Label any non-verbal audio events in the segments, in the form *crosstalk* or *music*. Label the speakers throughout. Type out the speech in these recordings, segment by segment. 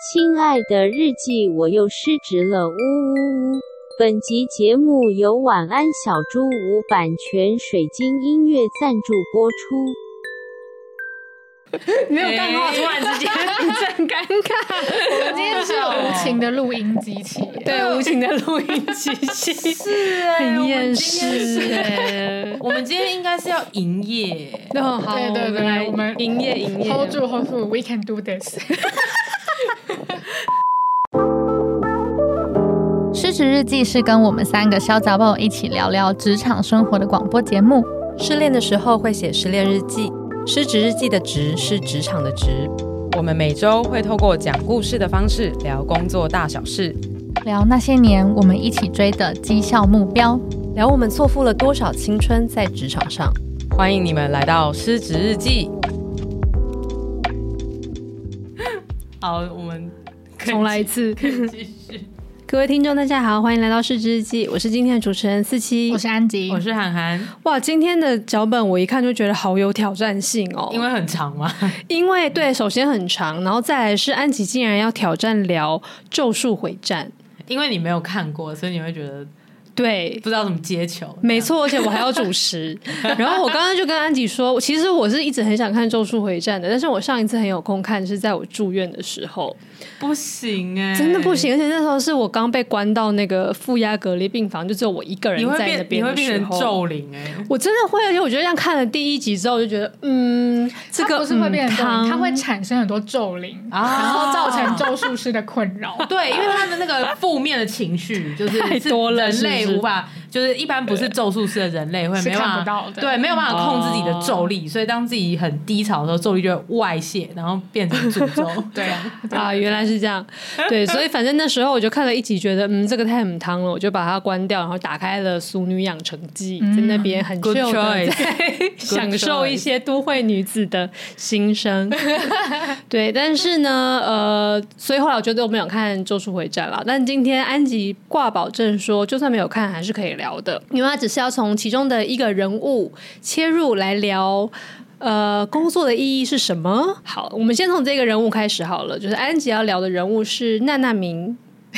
Speaker 1: 亲爱的日记，我又失职了，呜呜呜！本集节目由晚安小猪屋版权水晶音乐赞助播出。
Speaker 2: 没有干话，突然之间真尴尬。
Speaker 3: 我们今天是有无情的录音机器耶，
Speaker 2: 对，无情的录音机
Speaker 4: *laughs*
Speaker 2: 器
Speaker 5: 是哎、
Speaker 2: 很
Speaker 5: 我
Speaker 2: 厌
Speaker 5: 们今天
Speaker 2: 世
Speaker 4: *laughs*
Speaker 2: 哎。
Speaker 5: 我们今天应该是要营业，
Speaker 2: 哦，好，
Speaker 3: 对对对
Speaker 2: 们来
Speaker 3: 我们
Speaker 2: 营业营业。
Speaker 3: ，hold 住 hold 住，we can do this。
Speaker 6: 失职日记是跟我们三个小杂宝一起聊聊职场生活的广播节目。
Speaker 7: 失恋的时候会写失恋日记，失职日记的职是职场的职。
Speaker 4: 我们每周会透过讲故事的方式聊工作大小事，
Speaker 6: 聊那些年我们一起追的绩效目标。
Speaker 7: 聊我们错付了多少青春在职场上。
Speaker 4: 欢迎你们来到《失职日记
Speaker 5: 好，我
Speaker 4: *laughs*
Speaker 5: 们
Speaker 2: 重来一
Speaker 5: *laughs*
Speaker 2: 次，
Speaker 7: 各位听众，大家好，欢迎来到失职日记，我是今天的主持人四七
Speaker 3: 我。是安吉
Speaker 5: 我，是涵涵，
Speaker 7: 哇，今天的脚本我一看就觉得好有挑战性哦，
Speaker 5: 因为很长嘛，
Speaker 7: 因为对，首先很长，然后再来是安吉竟然要挑战聊《咒术回战
Speaker 5: *laughs* 因为你没有看过，所以你会觉得》，
Speaker 7: 对
Speaker 5: 不。知道怎么接球。
Speaker 7: 没错，而且我还要
Speaker 5: *laughs*
Speaker 7: 主持。然后我刚刚就跟安吉说，其实我是一直很想看《咒术回战》的，但是我上一次很有空看是在我住院的时候，
Speaker 5: 不行哎、
Speaker 7: 真的不行。而且那时候是我刚被关到那个负压隔离病房，就只有我一个
Speaker 5: 你
Speaker 7: 人
Speaker 5: 会
Speaker 7: 在
Speaker 5: 变，你
Speaker 7: 那边
Speaker 5: 会
Speaker 7: 的
Speaker 5: 变
Speaker 7: 时
Speaker 5: 成
Speaker 7: 候。
Speaker 5: 咒灵哎、
Speaker 7: 我真的会，而且我觉得这样看了第一集之后，我就觉得，嗯，这
Speaker 3: 它
Speaker 7: 个
Speaker 3: 不是会变
Speaker 7: 嗯
Speaker 3: 成咒
Speaker 7: 汤
Speaker 3: 灵，它会产生很多咒灵，
Speaker 7: 哦
Speaker 5: 啊
Speaker 3: 然后造成咒术师的困扰。
Speaker 5: 对，因为他的那个负面的情绪就是
Speaker 7: 太多了
Speaker 5: 是人类
Speaker 7: 是不是
Speaker 5: 无法，就是一般不是咒术师的人类会
Speaker 3: 是
Speaker 5: 没办
Speaker 3: 看
Speaker 5: 法
Speaker 3: 不到的
Speaker 5: 对，没有办法控制自己的咒
Speaker 7: 哦
Speaker 5: 力，所以当自己很低潮的时候，咒力就会外泄，然后变成诅
Speaker 3: *laughs*
Speaker 5: 咒。对，
Speaker 7: 啊，原来是这样，对，所以反正那时候我就看了一集，觉得嗯，这个太母汤了，我就把它关掉，然后打开了《俗女养成记》，在那边很
Speaker 5: Good
Speaker 7: 秀的
Speaker 5: choice
Speaker 7: 在 *laughs* 享受一些都会女子的心
Speaker 3: *laughs*
Speaker 7: 声。对，但是呢，呃，所以后来我觉得我没有看《咒术回战》了，但今天安吉挂保证说，就算没有看，还是可以聊的，因为他只是要从其中的一个人物切入来聊。呃，工作的意义是什么？好，我们先从这个人物开始好了。就是安吉要聊的人物是娜娜明，
Speaker 3: *laughs*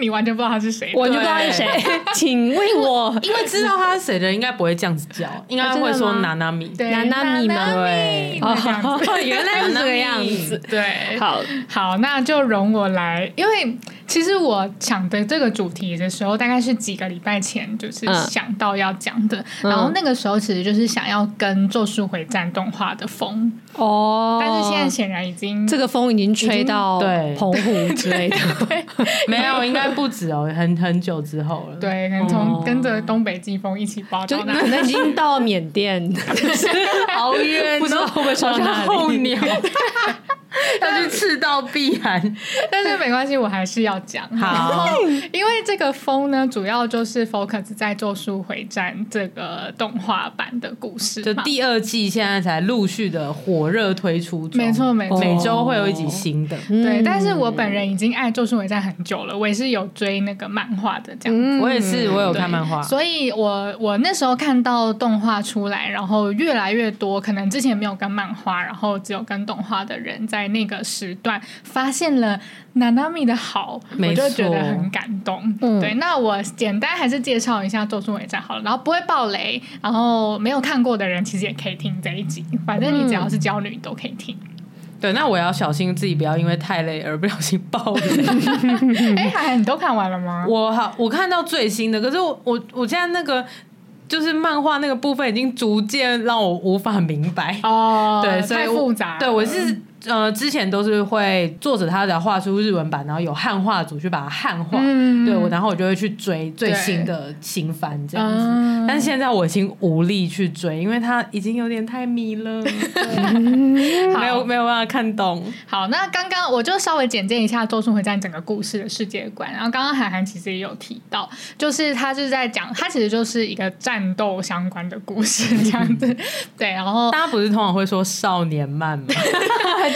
Speaker 3: 你完全不知道他是谁，
Speaker 7: 我就不知道是谁， *laughs* 请问我
Speaker 5: 因为知道他是谁的人应该不会这样子叫，应该会说
Speaker 7: 真的吗
Speaker 5: 娜娜米。
Speaker 3: 对
Speaker 7: 娜娜米吗？
Speaker 5: 对，
Speaker 3: 娜娜米会这样子
Speaker 7: 哦，原来是这个样子。
Speaker 3: 对，
Speaker 7: 好，
Speaker 3: *laughs* 好，那就容我来，因为其实我想的这个主题的时候，大概是几个礼拜前就是
Speaker 7: 嗯
Speaker 3: 想到要讲的，
Speaker 5: 嗯
Speaker 3: 然后那个时候其实就是想要跟《咒术回战》动画的风，
Speaker 7: 哦，
Speaker 3: 但是现在显然已经
Speaker 7: 这个风已经吹到
Speaker 5: 对
Speaker 7: 澎湖之类的，
Speaker 5: 没有，应该不止哦，很很久之后了。，
Speaker 3: 对，可能从跟着东北季风一起包
Speaker 7: 就
Speaker 3: 到那
Speaker 7: 可能已经到缅甸，
Speaker 5: *laughs* 好远、哦，
Speaker 7: 不知道会不会传到哪里
Speaker 5: 候 *laughs* 鸟，要去赤道避寒。
Speaker 3: *laughs* 但是没关系，我还是要讲。
Speaker 5: *laughs* 嗯好，
Speaker 3: 因为这个风呢，主要就是 focus 在《咒术回战》这个动画版的故事
Speaker 5: 就
Speaker 3: 嘛，
Speaker 5: 第二季现在才陆续的火热推出中，
Speaker 3: 没错没错
Speaker 5: 每周会有一集新的。
Speaker 3: 对，
Speaker 7: 嗯
Speaker 3: 但是我本人已经爱《咒术回战》很久了，我也是有追那个漫画的这样。
Speaker 7: 嗯
Speaker 5: 我也是，我有看漫画，
Speaker 3: 所以我我那时候看到动画出来，然后越来越多，可能之前没有跟漫画，然后只有跟动画的人，在那个时段发现了 Nanami 的好，我
Speaker 5: 没错
Speaker 3: 就觉得很感动。对，那我简单还是介绍一下《咒术回战》好了，然后不会爆雷，然后没有看过的人其实也可以听这一集，反正你只要是娇女都可以听。
Speaker 5: 对，那我要小心自己不要因为太累而不小心
Speaker 3: *laughs*
Speaker 5: 爆雷。
Speaker 3: 哎、海涵，你都看完了吗？
Speaker 5: 我好，我看到最新的，可是我我我现在那个就是漫画那个部分已经逐渐让我无法明白。
Speaker 3: 哦，
Speaker 5: 对，所以
Speaker 3: 太
Speaker 5: 我
Speaker 3: 复杂了。
Speaker 5: 对我是呃，之前都是会作者他只要画出日文版，然后有汉化组去把它汉化。
Speaker 3: 嗯
Speaker 5: 对我，然后我就会去追最
Speaker 3: 对
Speaker 5: 新的新番这样子。
Speaker 3: 嗯
Speaker 5: 但是现在我已经无力去追，因为它已经有点太迷
Speaker 3: *laughs*
Speaker 5: 了，没有没有办法看懂。
Speaker 3: 好，那刚刚我就稍微简介一下《周术回战》整个故事的世界观。然后刚刚韩寒其实也有提到，就是他是在讲，他其实就是一个战斗相 *laughs*
Speaker 5: 嗯
Speaker 3: 关的故事这样子。对，然后
Speaker 5: 大家不是通常会说少年漫吗？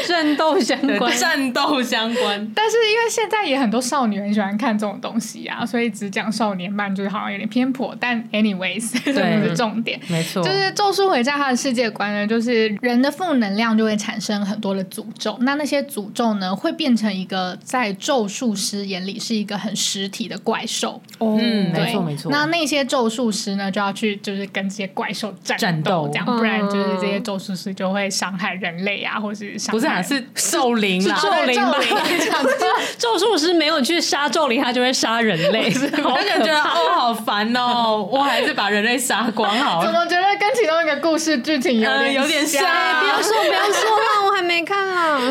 Speaker 7: 战斗相关。
Speaker 5: 战斗相关。
Speaker 3: 但是因为现在也很多少女很喜欢看这种东西啊，所以只讲少年漫就是好像有点偏颇。但 anyways，这 *laughs* 不是重点。
Speaker 5: *laughs* 没错，
Speaker 3: 就是《咒术回战》它的世界观呢，就是人的负能量就会产生很多的诅咒。那那些诅咒呢，会变成一个在咒术师眼里是一个很实体的怪兽。
Speaker 7: 哦
Speaker 5: 嗯，
Speaker 3: 对
Speaker 5: 没错没错。
Speaker 3: 那那些咒术师呢，就要去就是跟这些怪兽战
Speaker 5: 战斗
Speaker 3: 这样，
Speaker 7: 嗯
Speaker 3: 不然就是这些咒术师就会伤害人类啊，或是伤害
Speaker 5: 不是啊，是兽灵啦， *laughs*
Speaker 3: 咒灵 *laughs* 吧？ *laughs* 这样子
Speaker 7: *laughs* 咒术师没有去杀咒灵，他就会杀人类，好
Speaker 5: 他就
Speaker 7: 可
Speaker 3: *laughs*
Speaker 5: 觉得
Speaker 7: 怕。
Speaker 5: 哦，好烦哦，我还是把人类杀光好
Speaker 3: 怎
Speaker 5: 了。
Speaker 3: 么觉得跟其中一个故事剧情 *laughs* 有点
Speaker 5: 嗯有点像
Speaker 7: *laughs* 不要说不要说啦，我还没看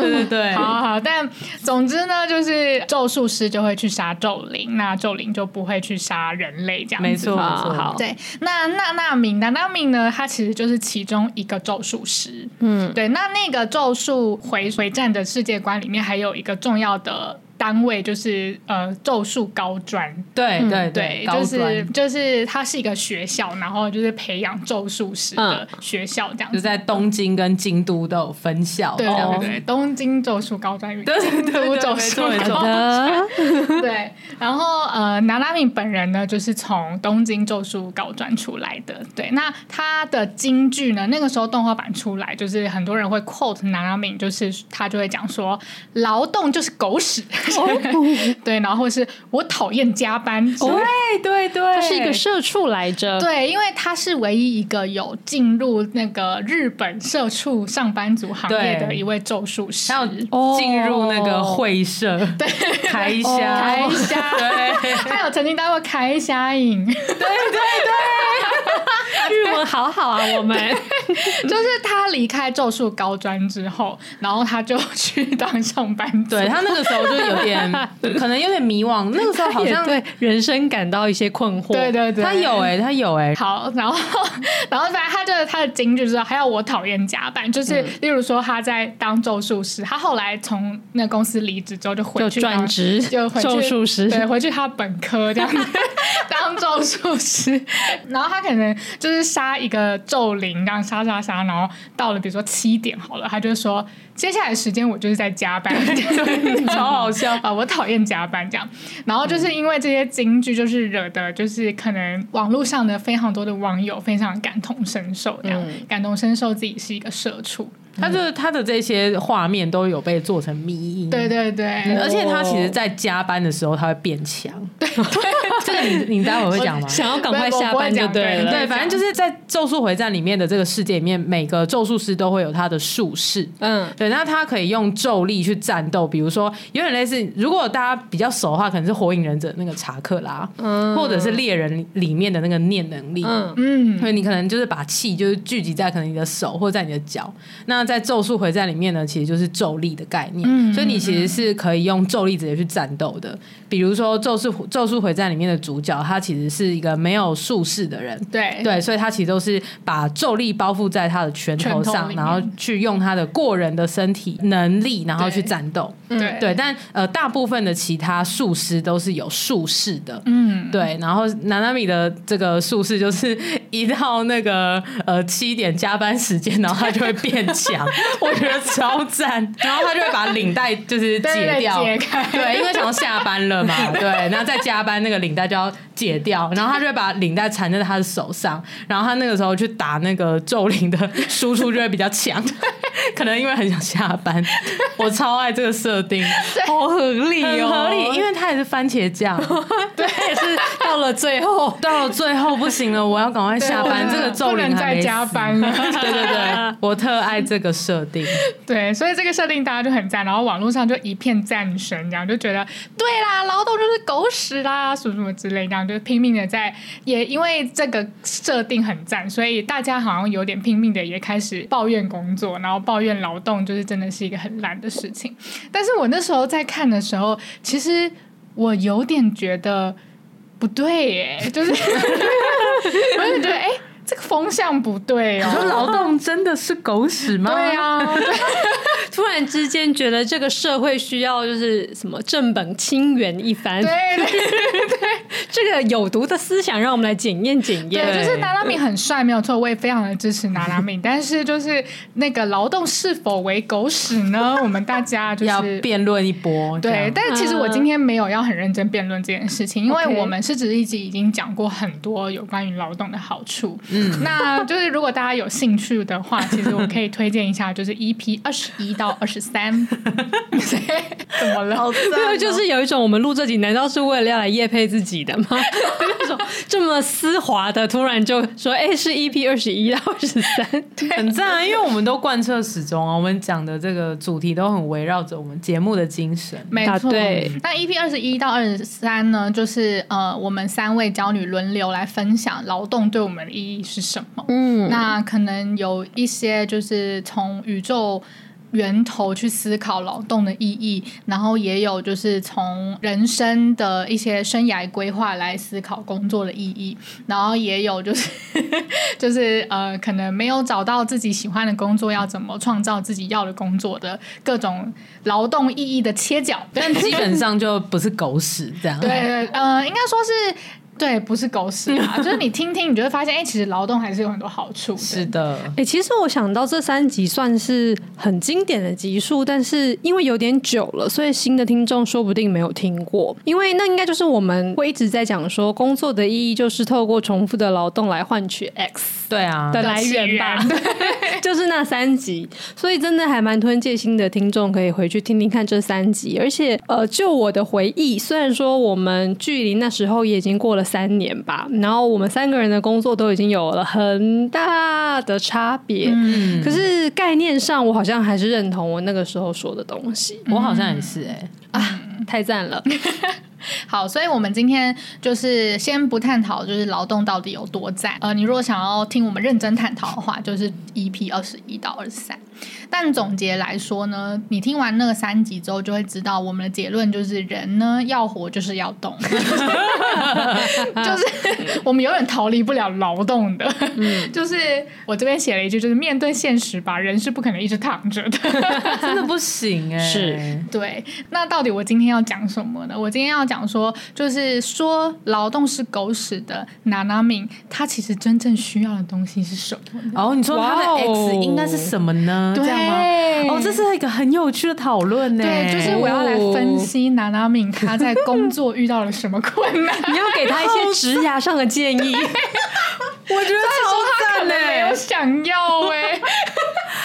Speaker 5: 对
Speaker 7: 啦。
Speaker 5: 对对，
Speaker 3: 好好好，但总之呢，就是咒术师就会去杀咒灵，那咒灵就不会去杀人类这样子。
Speaker 5: 没错没
Speaker 7: 好
Speaker 5: 错。
Speaker 7: 好，
Speaker 3: 对，那娜娜敏，娜娜敏呢？她其实就是其中一个咒术师。嗯，对。那那个咒术回回战的世界观里面，还有一个重要的单位，就是呃咒术高专。
Speaker 5: 对对
Speaker 3: 嗯对，
Speaker 5: 高
Speaker 3: 就是
Speaker 5: 端
Speaker 3: 就是它是一个学校，然后就是培养咒术师的学校这样
Speaker 5: 就
Speaker 3: 子。
Speaker 5: 在东京跟京都都有分校，
Speaker 3: 对
Speaker 5: 这样
Speaker 3: 对
Speaker 5: 子
Speaker 3: 对，东京咒术高专与
Speaker 5: 对对对
Speaker 3: 京都
Speaker 5: 对
Speaker 3: 咒
Speaker 5: 没
Speaker 3: 术
Speaker 5: 错
Speaker 3: *laughs*
Speaker 5: 没错
Speaker 3: 高
Speaker 7: 呃，
Speaker 3: *laughs* 对，然后呃，南拉敏本人呢，就是从东京咒术高专出来的。对，那他的京剧呢，那个时候动画版出来，就是很多人会 quote 南拉敏，就是他就会讲说，劳动就是狗屎， *laughs* 对，然后或是我讨厌加班。哦
Speaker 5: 对对对，
Speaker 7: 他是一个社畜来着。
Speaker 3: 对，因为他是唯一一个有进入那个日本社畜上班族行业的
Speaker 5: 对
Speaker 3: 一位咒术师，
Speaker 5: 还有进入那个会社，对，哦开一
Speaker 3: *laughs*
Speaker 5: 下，
Speaker 3: 开虾，
Speaker 5: 对，
Speaker 3: 他有曾经当过开虾影，
Speaker 7: 日文好好啊，我们
Speaker 5: *laughs*
Speaker 3: 就是他离开咒术高专之后，然后他就去当上班族。
Speaker 5: 对他那个时候就有 *laughs* 点，可能有点迷惘。那个时候好
Speaker 7: 也
Speaker 5: 像
Speaker 7: 对人生感到一些困惑。
Speaker 3: 对对对，
Speaker 5: 他有哎、他有哎、
Speaker 3: 好，然后 *laughs* 然后反正他就是他的金句就是还有我讨厌加班，就是、
Speaker 5: 嗯
Speaker 3: 例如说他在当咒术师，他后来从那公司离职之后就回
Speaker 7: 就
Speaker 3: 去当
Speaker 7: 转职
Speaker 3: 就回去
Speaker 7: 咒术师
Speaker 3: 对，回去他本科这样子当咒术师，然后他可能就是杀一个咒灵，这样杀杀杀，然后到了比如说七点好了，他就说接下来时间我就是在加班，超好笑啊！我讨厌加班这样，然后就是因为这些金句，就是惹的，就是可能网络上的非常多的网友非常感同身受，这样、感同身受自己是一个社畜，
Speaker 5: 他就是他的这些画面都有被做成迷因。
Speaker 3: 对对对。
Speaker 5: 嗯而且他其实，在加班的时候，他会变强。 *laughs* 这个你你待会会讲吗？
Speaker 7: 想要赶快下班就对了。
Speaker 5: 对，反正就是在《咒术回战》里面的这个世界里面，每个咒术师都会有他的术士。
Speaker 7: 嗯，
Speaker 5: 对，那他可以用咒力去战斗，比如说有点类似，如果大家比较熟的话，可能是《火影忍者》那个查克拉，或者是《猎人》里面的那个念能力。
Speaker 7: 嗯
Speaker 3: 嗯，
Speaker 5: 所以你可能就是把气就是聚集在可能你的手或在你的脚。那在咒术回战里面呢，其实就是咒力的概念，
Speaker 3: 嗯
Speaker 5: 所以你其实是可以用咒力直接去战斗的。比如说咒术咒术回战里面的主角，他其实是一个没有术士的人。
Speaker 3: 对
Speaker 5: 嗯对，所以他其实都是把咒力包覆在他的拳头
Speaker 3: 拳头
Speaker 5: 上，
Speaker 3: 里面
Speaker 5: 然后去用他的过人的身体能力，然后去战斗。
Speaker 3: 对
Speaker 5: 对，，但呃，大部分的其他术师都是有术士的，
Speaker 3: 嗯，
Speaker 5: 对，然后南南米的这个术士就是一到那个呃七点加班时间，然后他就会变 *laughs* 强，我觉得超赞。然后他就会把领带就是
Speaker 3: 对对
Speaker 5: 解掉，
Speaker 3: 解开
Speaker 5: *laughs* 对，因为想要下班了嘛， *laughs* 对，然后再加班那个领带就要解掉，然后他就会把领带缠在他的手上，然后他那个时候去打那个咒灵的输出就会比较强， *laughs* 可能因为很想下 *laughs* 班，我超爱这个设定，
Speaker 7: 好合理
Speaker 5: 很
Speaker 7: 哦，
Speaker 5: 合理，因为它也是番茄 *laughs* 酱。。
Speaker 7: 他也是到了最后
Speaker 5: 到了最后不行了，我要赶快下班。
Speaker 3: 对
Speaker 5: 这个咒
Speaker 3: 不
Speaker 5: 灵
Speaker 3: 能
Speaker 5: 还
Speaker 3: 再
Speaker 5: 没
Speaker 3: 加
Speaker 5: 死。
Speaker 3: 班了。
Speaker 5: 对对对，我特爱这个设 *laughs* 定。
Speaker 3: 对，所以这个设定大家就很赞，然后网络上就一片赞声，这样就觉得对啦，劳动就是狗屎啦，什么什么之类，这样就拼命的在，也因为这个设定很赞，所以大家好像有点拼命的也开始抱怨工作，然后抱怨劳动就是真的是一个很烂的事情。但是我那时候在看的时候，其实我有点觉得不对耶，就是 *laughs* 我就觉得哎、这个风向不对
Speaker 5: 你说
Speaker 3: 哦。
Speaker 5: 劳动真的是狗屎吗？
Speaker 3: 对啊，
Speaker 7: 突然之间觉得这个社会需要就是什么正本清源一番，
Speaker 3: 对对
Speaker 7: 这个有毒的思想，让我们来检验检验。
Speaker 3: 对，就是拿拉米很帅，没有错，我也非常的支持拿拉米。但是就是那个劳动是否为狗屎呢？ *laughs* 我们大家就
Speaker 5: 要
Speaker 3: 是
Speaker 5: 辩论一波。这
Speaker 3: 对
Speaker 5: 样，
Speaker 3: 但是其实我
Speaker 7: 嗯
Speaker 3: 今天没有要很认真辩论这件事情，因
Speaker 7: OK
Speaker 3: 为我们是只是一集已经讲过很多有关于劳动的好处。嗯，那就是如果大家有兴趣的话，其实我可以推荐一下，就是 EP 二十一到二十三。怎么了？
Speaker 7: 对，就是有一种我们录这集，难道是为了要来夜配自己的吗？ *laughs* 那种这么丝滑的，突然就说，哎、是 EP 二十一到二十三，
Speaker 5: 很赞啊，因为我们都贯彻始终啊，我们讲的这个主题都很围绕着我们节目的精神。
Speaker 3: 没
Speaker 7: 答
Speaker 3: 错，
Speaker 7: 对
Speaker 3: 那 EP 二十一到二十三呢，就是呃，我们三位娇女轮流来分享劳动对我们的意义是什么。嗯，那可能有一些就是从宇宙。源头去思考劳动的意义，然后也有就是从人生的一些生涯规划来思考工作的意义，然后也有就是 *laughs* 就是呃，可能没有找到自己喜欢的工作，要怎么创造自己要的工作的各种劳动意义的切角。
Speaker 5: 但基本上就不是狗屎这样。
Speaker 3: 对，对，呃，应该说是。对，不是狗屎啊，就是你听听，你就会发现，哎、其实劳动还是有很多好处的。
Speaker 5: 是的
Speaker 7: 哎、，其实我想到这三集算是很经典的集数，但是因为有点久了，所以新的听众说不定没有听过。因为那应该就是我们会一直在讲说，工作的意义就是透过重复的劳动来换取 X
Speaker 5: 对啊，
Speaker 7: 的来源吧， *laughs* 对，就是那三集。所以真的还蛮推荐新的听众可以回去听听看这三集。而且呃，就我的回忆，虽然说我们距离那时候也已经过了三年吧，然后我们三个人的工作都已经有了很大的差别，嗯，可是概念上我好像还是认同我那个时候说的东西，
Speaker 5: 我好像也是哎、
Speaker 7: 太赞了。
Speaker 3: 好，所以我们今天就是先不探讨，就是劳动到底有多赞。呃，你如果想要听我们认真探讨的话，就是 EP 二十一到二十三。但总结来说呢，你听完那个三集之后，就会知道我们的结论就是，人呢要活就是要
Speaker 7: *laughs*
Speaker 3: 动， *laughs* 就是我们永远逃离不了劳动的。
Speaker 7: 嗯
Speaker 3: 就是我这边写了一句，就是面对现实吧，人是不可能一直躺着的。
Speaker 5: 真的不行
Speaker 3: *laughs*
Speaker 5: 哎、
Speaker 7: 是
Speaker 3: 对，那到底我今天要讲什么呢？我今天要讲说，就是说劳动是狗屎的娜娜敏，她其实真正需要的东西是什么？
Speaker 5: 哦，你说他的
Speaker 7: 哇哦
Speaker 5: X 应该是什么呢？这样吗？
Speaker 3: 对
Speaker 5: 哦，这是一个很有趣的讨论欸呢。
Speaker 3: 对，就是我要来分
Speaker 5: 哦
Speaker 3: 析娜娜敏她在工作遇到了什么困难。
Speaker 5: 哦
Speaker 7: 你要给他一些职涯上的建
Speaker 3: *laughs*
Speaker 7: 议，
Speaker 5: 我觉得超赞欸
Speaker 3: 没有
Speaker 5: 呢，
Speaker 3: 想要哎、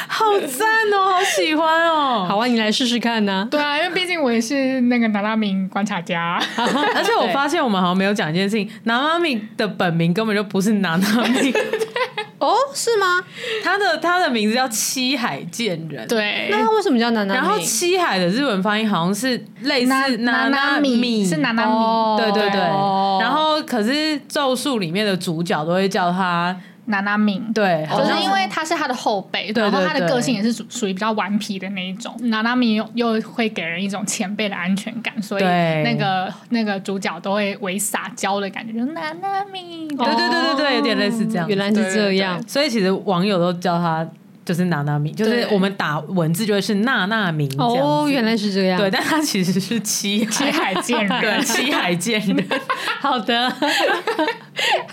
Speaker 5: 好赞哦，好喜欢哦。
Speaker 7: 好啊，你来试试看呢、
Speaker 3: *laughs* 对啊，因为毕竟我也是那个娜娜敏观察家， *laughs*
Speaker 7: *laughs*
Speaker 5: 而且我发现我们好像没有讲一件事情，南妈咪的本名根本就不是南妈咪，
Speaker 7: *laughs* 哦，是吗？
Speaker 5: 她的她的名字叫七海健人。。
Speaker 3: 对，
Speaker 7: 那他为什么叫楠楠？
Speaker 5: 然后七海的日文发音好像是类
Speaker 3: 娜
Speaker 5: 似
Speaker 3: 娜娜
Speaker 5: 米，
Speaker 3: 敏是娜娜敏，
Speaker 7: 哦
Speaker 5: 对对对。
Speaker 7: 哦
Speaker 5: 然后可是咒术里面的主角都会叫她
Speaker 3: 娜娜敏，
Speaker 7: 哦
Speaker 5: 对，好
Speaker 3: 就
Speaker 5: 像
Speaker 3: 是因为他是他的后辈，
Speaker 5: 对
Speaker 3: 然后
Speaker 5: 对
Speaker 3: 他的
Speaker 5: 对
Speaker 3: 个性也是属属于比较顽皮的那一种。娜娜米又又会给人一种前辈的安全感，所以
Speaker 5: 对
Speaker 3: 那个那个主角都会为撒娇的感觉，就是娜娜米。
Speaker 5: 对对对对对，有点类似这样。
Speaker 7: 哦原来是这样。
Speaker 5: 所以其实网友都叫她就是娜娜米，就是
Speaker 3: 对
Speaker 5: 我们打文字就会是娜娜米这样子。
Speaker 7: 哦，原来是这样。
Speaker 5: 对，但她其实是七
Speaker 3: 七
Speaker 5: 海，
Speaker 3: 海见人
Speaker 5: *laughs*
Speaker 3: *laughs*
Speaker 5: 对，，七海健人。
Speaker 7: 好的，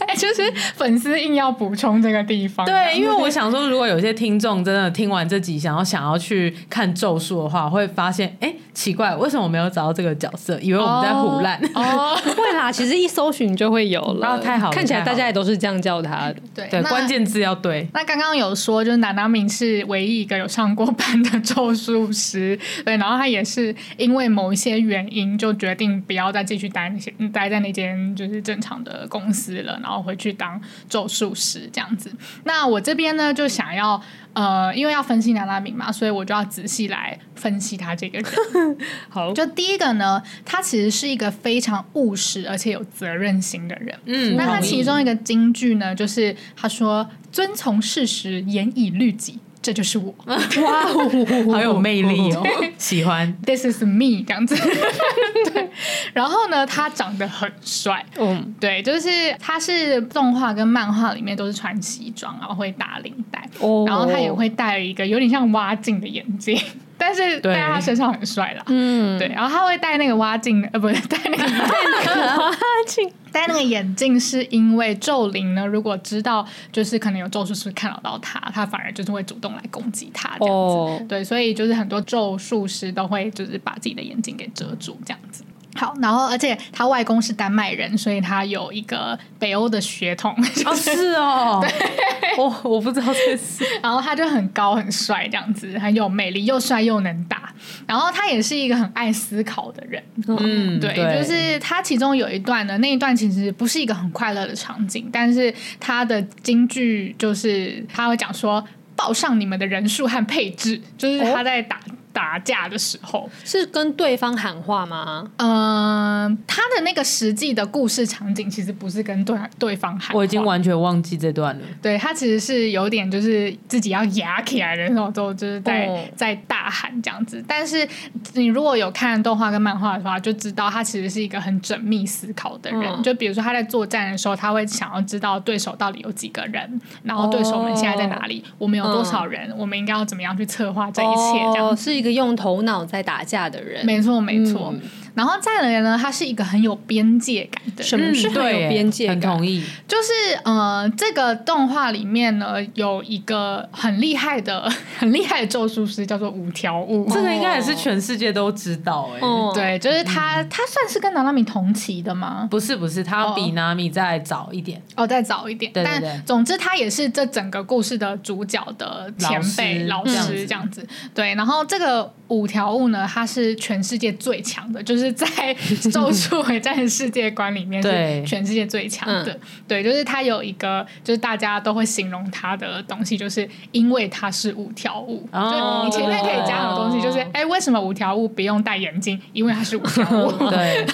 Speaker 3: 哎就是粉丝硬要补充这个地方。
Speaker 5: 对，因为我想说，如果有些听众真的听完这集，想要想要去看咒术的话，会发现，哎、奇怪，为什么我没有找到这个角色？以为我们在胡乱。
Speaker 3: 哦，
Speaker 7: 会啦，其实一搜寻就会有啊了。
Speaker 5: 哦太好了
Speaker 7: 看起来
Speaker 5: 太好
Speaker 7: 大
Speaker 5: 了
Speaker 7: 家也都是这样叫他的。
Speaker 3: 对
Speaker 5: *laughs* 对，
Speaker 3: 那
Speaker 5: 关键字要对。
Speaker 3: 那刚刚有说，就是南南明是唯一一个有上过班的咒术师， *laughs* 对，然后他也是因为某一些原因，就决定不要再继续待那些嗯待在那间就是正常的公司了，然后回去当咒术师这样子。那我这边呢，就想要呃，因为要分析南南明嘛，所以我就要仔细来分析他这个人。 *laughs*
Speaker 7: 好，
Speaker 3: 就第一个呢，他其实是一个非常务实而且有责任心的人。
Speaker 5: 嗯
Speaker 3: 那他
Speaker 5: 同意
Speaker 3: 其中一个金句呢，就是他说：“遵从事实，严以律己，这就是我
Speaker 5: 嗯
Speaker 7: 哇哦，
Speaker 5: 好有魅力哦，喜欢。
Speaker 3: ，This is me。”这样子。 *laughs* 对，然后呢，他长得很帅，
Speaker 7: 嗯，
Speaker 3: 对，就是他是动画跟漫画里面都是穿西装，然后会打领带，
Speaker 7: 哦
Speaker 3: 然后他也会戴一个有点像蛙镜的眼镜，但是
Speaker 5: 对
Speaker 3: 戴在他身上很帅啦。
Speaker 7: 嗯，
Speaker 3: 对，然后他会戴那个蛙镜，呃，不是戴那个戴那个蛙 *laughs* 镜，戴那个眼镜，是因为咒灵呢，如果知道就是可能有咒术师看到到他，他反而就是会主动来攻击他这样子。
Speaker 7: 哦，
Speaker 3: 对，所以就是很多咒术师都会就是把自己的眼睛给遮住这样子。好，然后而且他外公是丹麦人，所以他有一个北欧的血统，
Speaker 5: 哦，是 *laughs* 哦，我我不知道这是
Speaker 3: *laughs* 然后他就很高很帅这样子，很有魅力，又帅又能打。然后他也是一个很爱思考的人，
Speaker 5: 嗯
Speaker 3: 对，就是他其中有一段呢，那一段其实不是一个很快乐的场景，但是他的京剧就是他会讲说报上你们的人数和配置，就是他在打、打架的时候，
Speaker 7: 是跟对方喊话吗？
Speaker 5: 哦
Speaker 3: 嗯、他的那个实际的故事场景其实不是跟对对方喊话，
Speaker 5: 我已经完全忘记这段了。
Speaker 3: 对他其实是有点就是自己要压起来的那种，都就是在、
Speaker 7: 哦
Speaker 3: 在大喊这样子。但是你如果有看动画跟漫画的话，就知道他其实是一个很缜密思考的人。
Speaker 7: 嗯
Speaker 3: 就比如说他在作战的时候，他会想要知道对手到底有几个人，然后对手们现在在哪
Speaker 7: 哦
Speaker 3: 里，我们有多少人，我们应该要怎么样去策划这一切这样
Speaker 7: 嗯哦
Speaker 3: 子。
Speaker 7: 是一个用头脑在打架的人。
Speaker 3: 没错，没错。
Speaker 7: 嗯
Speaker 3: 然后再来呢，他是一个很有边界感的人。
Speaker 7: 什么
Speaker 5: 嗯
Speaker 7: 是很
Speaker 5: 对
Speaker 7: 有边界
Speaker 5: 很
Speaker 7: 感？
Speaker 5: 同意。
Speaker 3: 就是呃，这个动画里面呢，有一个很厉害的、 *laughs* 很厉害的咒术师，叫做五条悟。
Speaker 5: 这个应该也是全世界都知道哎、
Speaker 7: 哦，
Speaker 3: 对，就是他，他算是跟南拉米同期的吗？
Speaker 5: 不是不是，他比 Nami 再早一点，
Speaker 3: 哦，再早一点，
Speaker 5: 对对对
Speaker 3: 但总之他也是这整个故事的主角的前辈老
Speaker 5: 老师
Speaker 3: 师
Speaker 5: 这样子
Speaker 3: 这样子。对，然后这个五条悟呢，他是全世界最强的，就是在 *laughs* 《咒术回战》世界观里面
Speaker 5: 对嗯
Speaker 3: 是全世界最强的。对，就是他有一个，就是大家都会形容他的东西，就是因为他是五条悟。
Speaker 5: 哦
Speaker 3: 就你前面可以加的东西，就是哎，为什么五条悟不用戴眼镜？因为他是五条悟。
Speaker 5: *laughs* 对，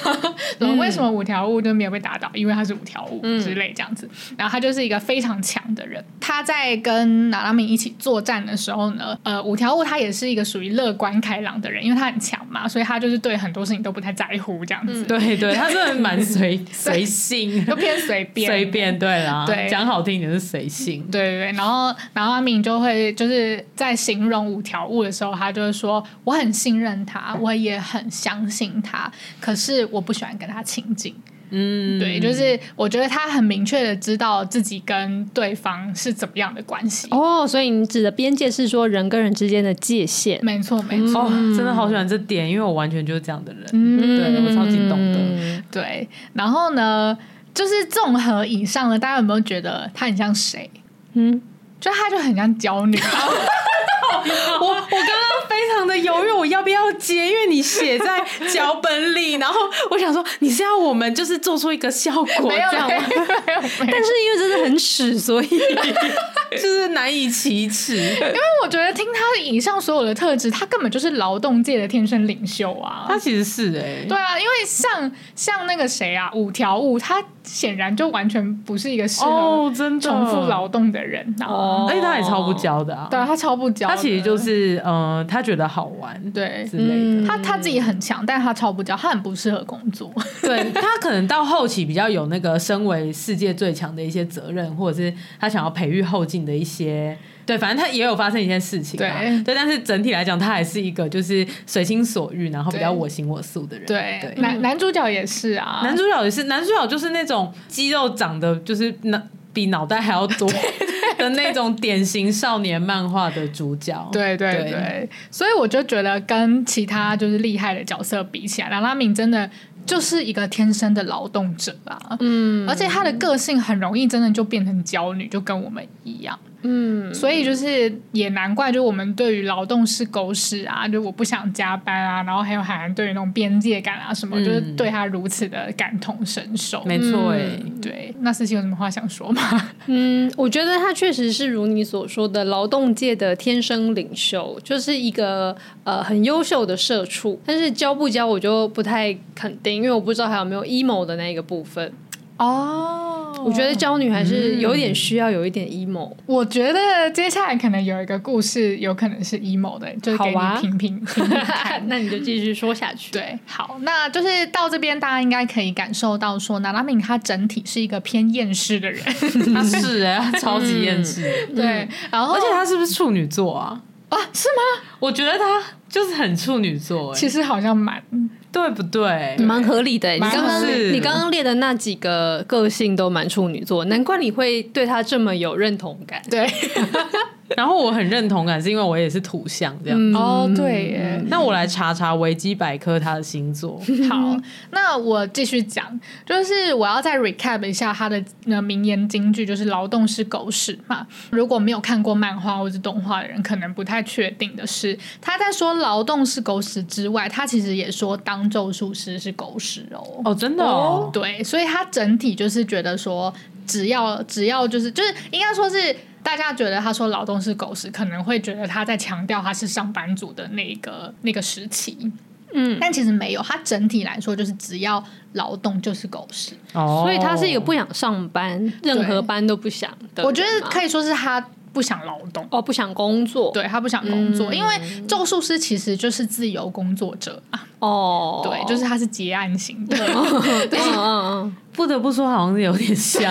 Speaker 3: 然后为
Speaker 5: 嗯
Speaker 3: 什么五条悟就没有被打倒？因为他是五条悟之类这样子。然后他就是一个非常强的人。他在跟娜拉米一起作战的时候呢，呃，五条悟他也是一个属于乐观开朗的人，因为他很强嘛，所以他就是对很多事情都不太在乎这样子，
Speaker 5: *laughs* 对对，他真的蛮随 *laughs* 随性，
Speaker 3: 就偏随便。
Speaker 5: 随便对啦，
Speaker 3: 对
Speaker 5: 讲好听一点是随性，
Speaker 3: 对对对，然后然后阿敏就会就是在形容五条悟的时候，他就会说我很信任他，我也很相信他，可是我不喜欢跟他亲近。
Speaker 5: 嗯，
Speaker 3: 对，就是我觉得他很明确的知道自己跟对方是怎么样的关系。
Speaker 7: 哦，所以你指的边界是说人跟人之间的界限。
Speaker 3: 没错，没错，
Speaker 5: 哦，真的好喜欢这点，因为我完全就是这样的人，
Speaker 3: 嗯，
Speaker 5: 对我超级懂的，
Speaker 7: 嗯，
Speaker 3: 对。然后呢，就是综合以上呢，大家有没有觉得他很像谁？
Speaker 7: 嗯，
Speaker 3: 就他就很像娇
Speaker 5: *laughs*
Speaker 3: 女，
Speaker 5: *laughs* 我我刚刚非常的犹豫，我要不要接？因为你写在脚本里，然后我想说你是要我们就是做出一个效 *laughs* 果
Speaker 3: 没有
Speaker 5: 这
Speaker 3: 没有
Speaker 5: 样吗？
Speaker 3: 没
Speaker 5: *laughs*
Speaker 3: 有。没有
Speaker 7: 但是因为真的很屎，所以
Speaker 5: 就是难以启齿。
Speaker 3: 我觉得听他以上所有的特质，他根本就是劳动界的天生领袖啊
Speaker 5: *laughs* 他。其实是哎、
Speaker 3: 对啊，因为像像那个谁啊，五条悟，他显然就完全不是一个适合
Speaker 5: *laughs* 哦，真的
Speaker 3: 重复劳，动的人啊。
Speaker 7: 哦
Speaker 5: 而且他也超不教的啊。
Speaker 3: 对啊，他超不教的，
Speaker 5: 他其实就是嗯、呃他觉得好玩
Speaker 3: 对
Speaker 5: 之类的。
Speaker 3: 他他自己很强，但他超不教，他很不适合工作。 *laughs*
Speaker 5: 对他可能到后期比较有那个身为世界最强的一些责任，或者是他想要培育后进的一些。对，反正他也有发生一些事情啊，
Speaker 3: 对
Speaker 5: 对，但是整体来讲，他还是一个就是随心所欲，然后比较
Speaker 3: 对
Speaker 5: 我行我素的人。
Speaker 3: 对，
Speaker 5: 对，
Speaker 3: 男男主角也是啊，
Speaker 5: 男主角也是，男主角就是那种肌肉长得就是脑比脑袋还要
Speaker 3: *laughs*
Speaker 5: 多的那种典型少年漫画的主角。
Speaker 3: 对对
Speaker 5: 对
Speaker 3: 对所以我就觉得跟其他就是厉害的角色比起来，兰拉敏真的就是一个天生的劳动者啊，嗯，而且她的个性很容易真的就变成娇女，就跟我们一样，嗯，所以就是也难怪，就我们对于劳动是狗屎啊，就我不想加班啊，然后还有海涵对于那种边界感啊什么，
Speaker 5: 嗯
Speaker 3: 就是对她如此的感同身受，
Speaker 5: 没错哎、
Speaker 3: 对，那思琪有什么话想说吗？
Speaker 7: 嗯，我觉得他确实是如你所说的劳动界的天生领袖，就是一个呃很优秀的社畜。但是教不教我就不太肯定，因为我不知道还有没有 emo 的那个部分。
Speaker 3: *laughs* 哦
Speaker 7: 我觉得教女还是有点需要有一点 emo。
Speaker 3: 我觉得接下来可能有一个故事，有可能是 emo 的，就是给你
Speaker 7: 好啊
Speaker 3: 评评、评
Speaker 5: 嗯
Speaker 7: *laughs*
Speaker 3: 评 *laughs* 看。
Speaker 7: 那你就继续说下去。
Speaker 3: 对，好，那就是到这边，大家应该可以感受到说，娜拉敏她整体是一个偏厌世的人，
Speaker 5: 他是哎、他超级厌世，
Speaker 3: *laughs* 嗯对，然后
Speaker 5: 而且他是不是处女座啊？
Speaker 3: 哦啊，是吗？
Speaker 5: 我觉得他就是很处女座、欸，
Speaker 3: 其实嗯好像蛮
Speaker 5: 对不对？
Speaker 7: 蛮合理的欸、你
Speaker 3: 蛮
Speaker 7: 刚刚
Speaker 5: 合理
Speaker 7: 你刚刚列的那几个个性都蛮处女座，难怪你会对他这么有认同感。
Speaker 3: 对。
Speaker 5: 然后我很认同感，是因为我也是土象这样。
Speaker 7: 嗯
Speaker 3: 哦，对耶，
Speaker 5: 那我来查查维基百科他的
Speaker 3: *laughs*
Speaker 5: 星座，
Speaker 3: 好，那我继续讲，就是我要再 recap 一下他的呃名言金句，就是“劳动是狗屎”嘛。如果没有看过漫画或是动画的人，可能不太确定的是，他在说“劳动是狗屎”之外，他其实也说当咒术师是狗屎哦。
Speaker 5: 哦，真的哦，
Speaker 3: 对，所以他整体就是觉得说，只要只要就是就是应该说是。大家觉得他说劳动是狗屎，可能会觉得他在强调他是上班族的那个那个时期。
Speaker 7: 嗯，
Speaker 3: 但其实没有，它整体来说就是只要劳动就是狗屎。
Speaker 5: 哦，
Speaker 7: 所以他是一个不想上班，任何班都不想的人吗。
Speaker 3: 我觉得可以说是他不想劳动，
Speaker 7: 哦，不嗯想工作。
Speaker 3: 对他不想工作，因为咒术师其实就是自由工作者啊，
Speaker 7: 哦，
Speaker 3: 对，就是他是结案型的。 *laughs*
Speaker 7: *laughs* 嗯嗯嗯，
Speaker 5: 不得不说，好像有点像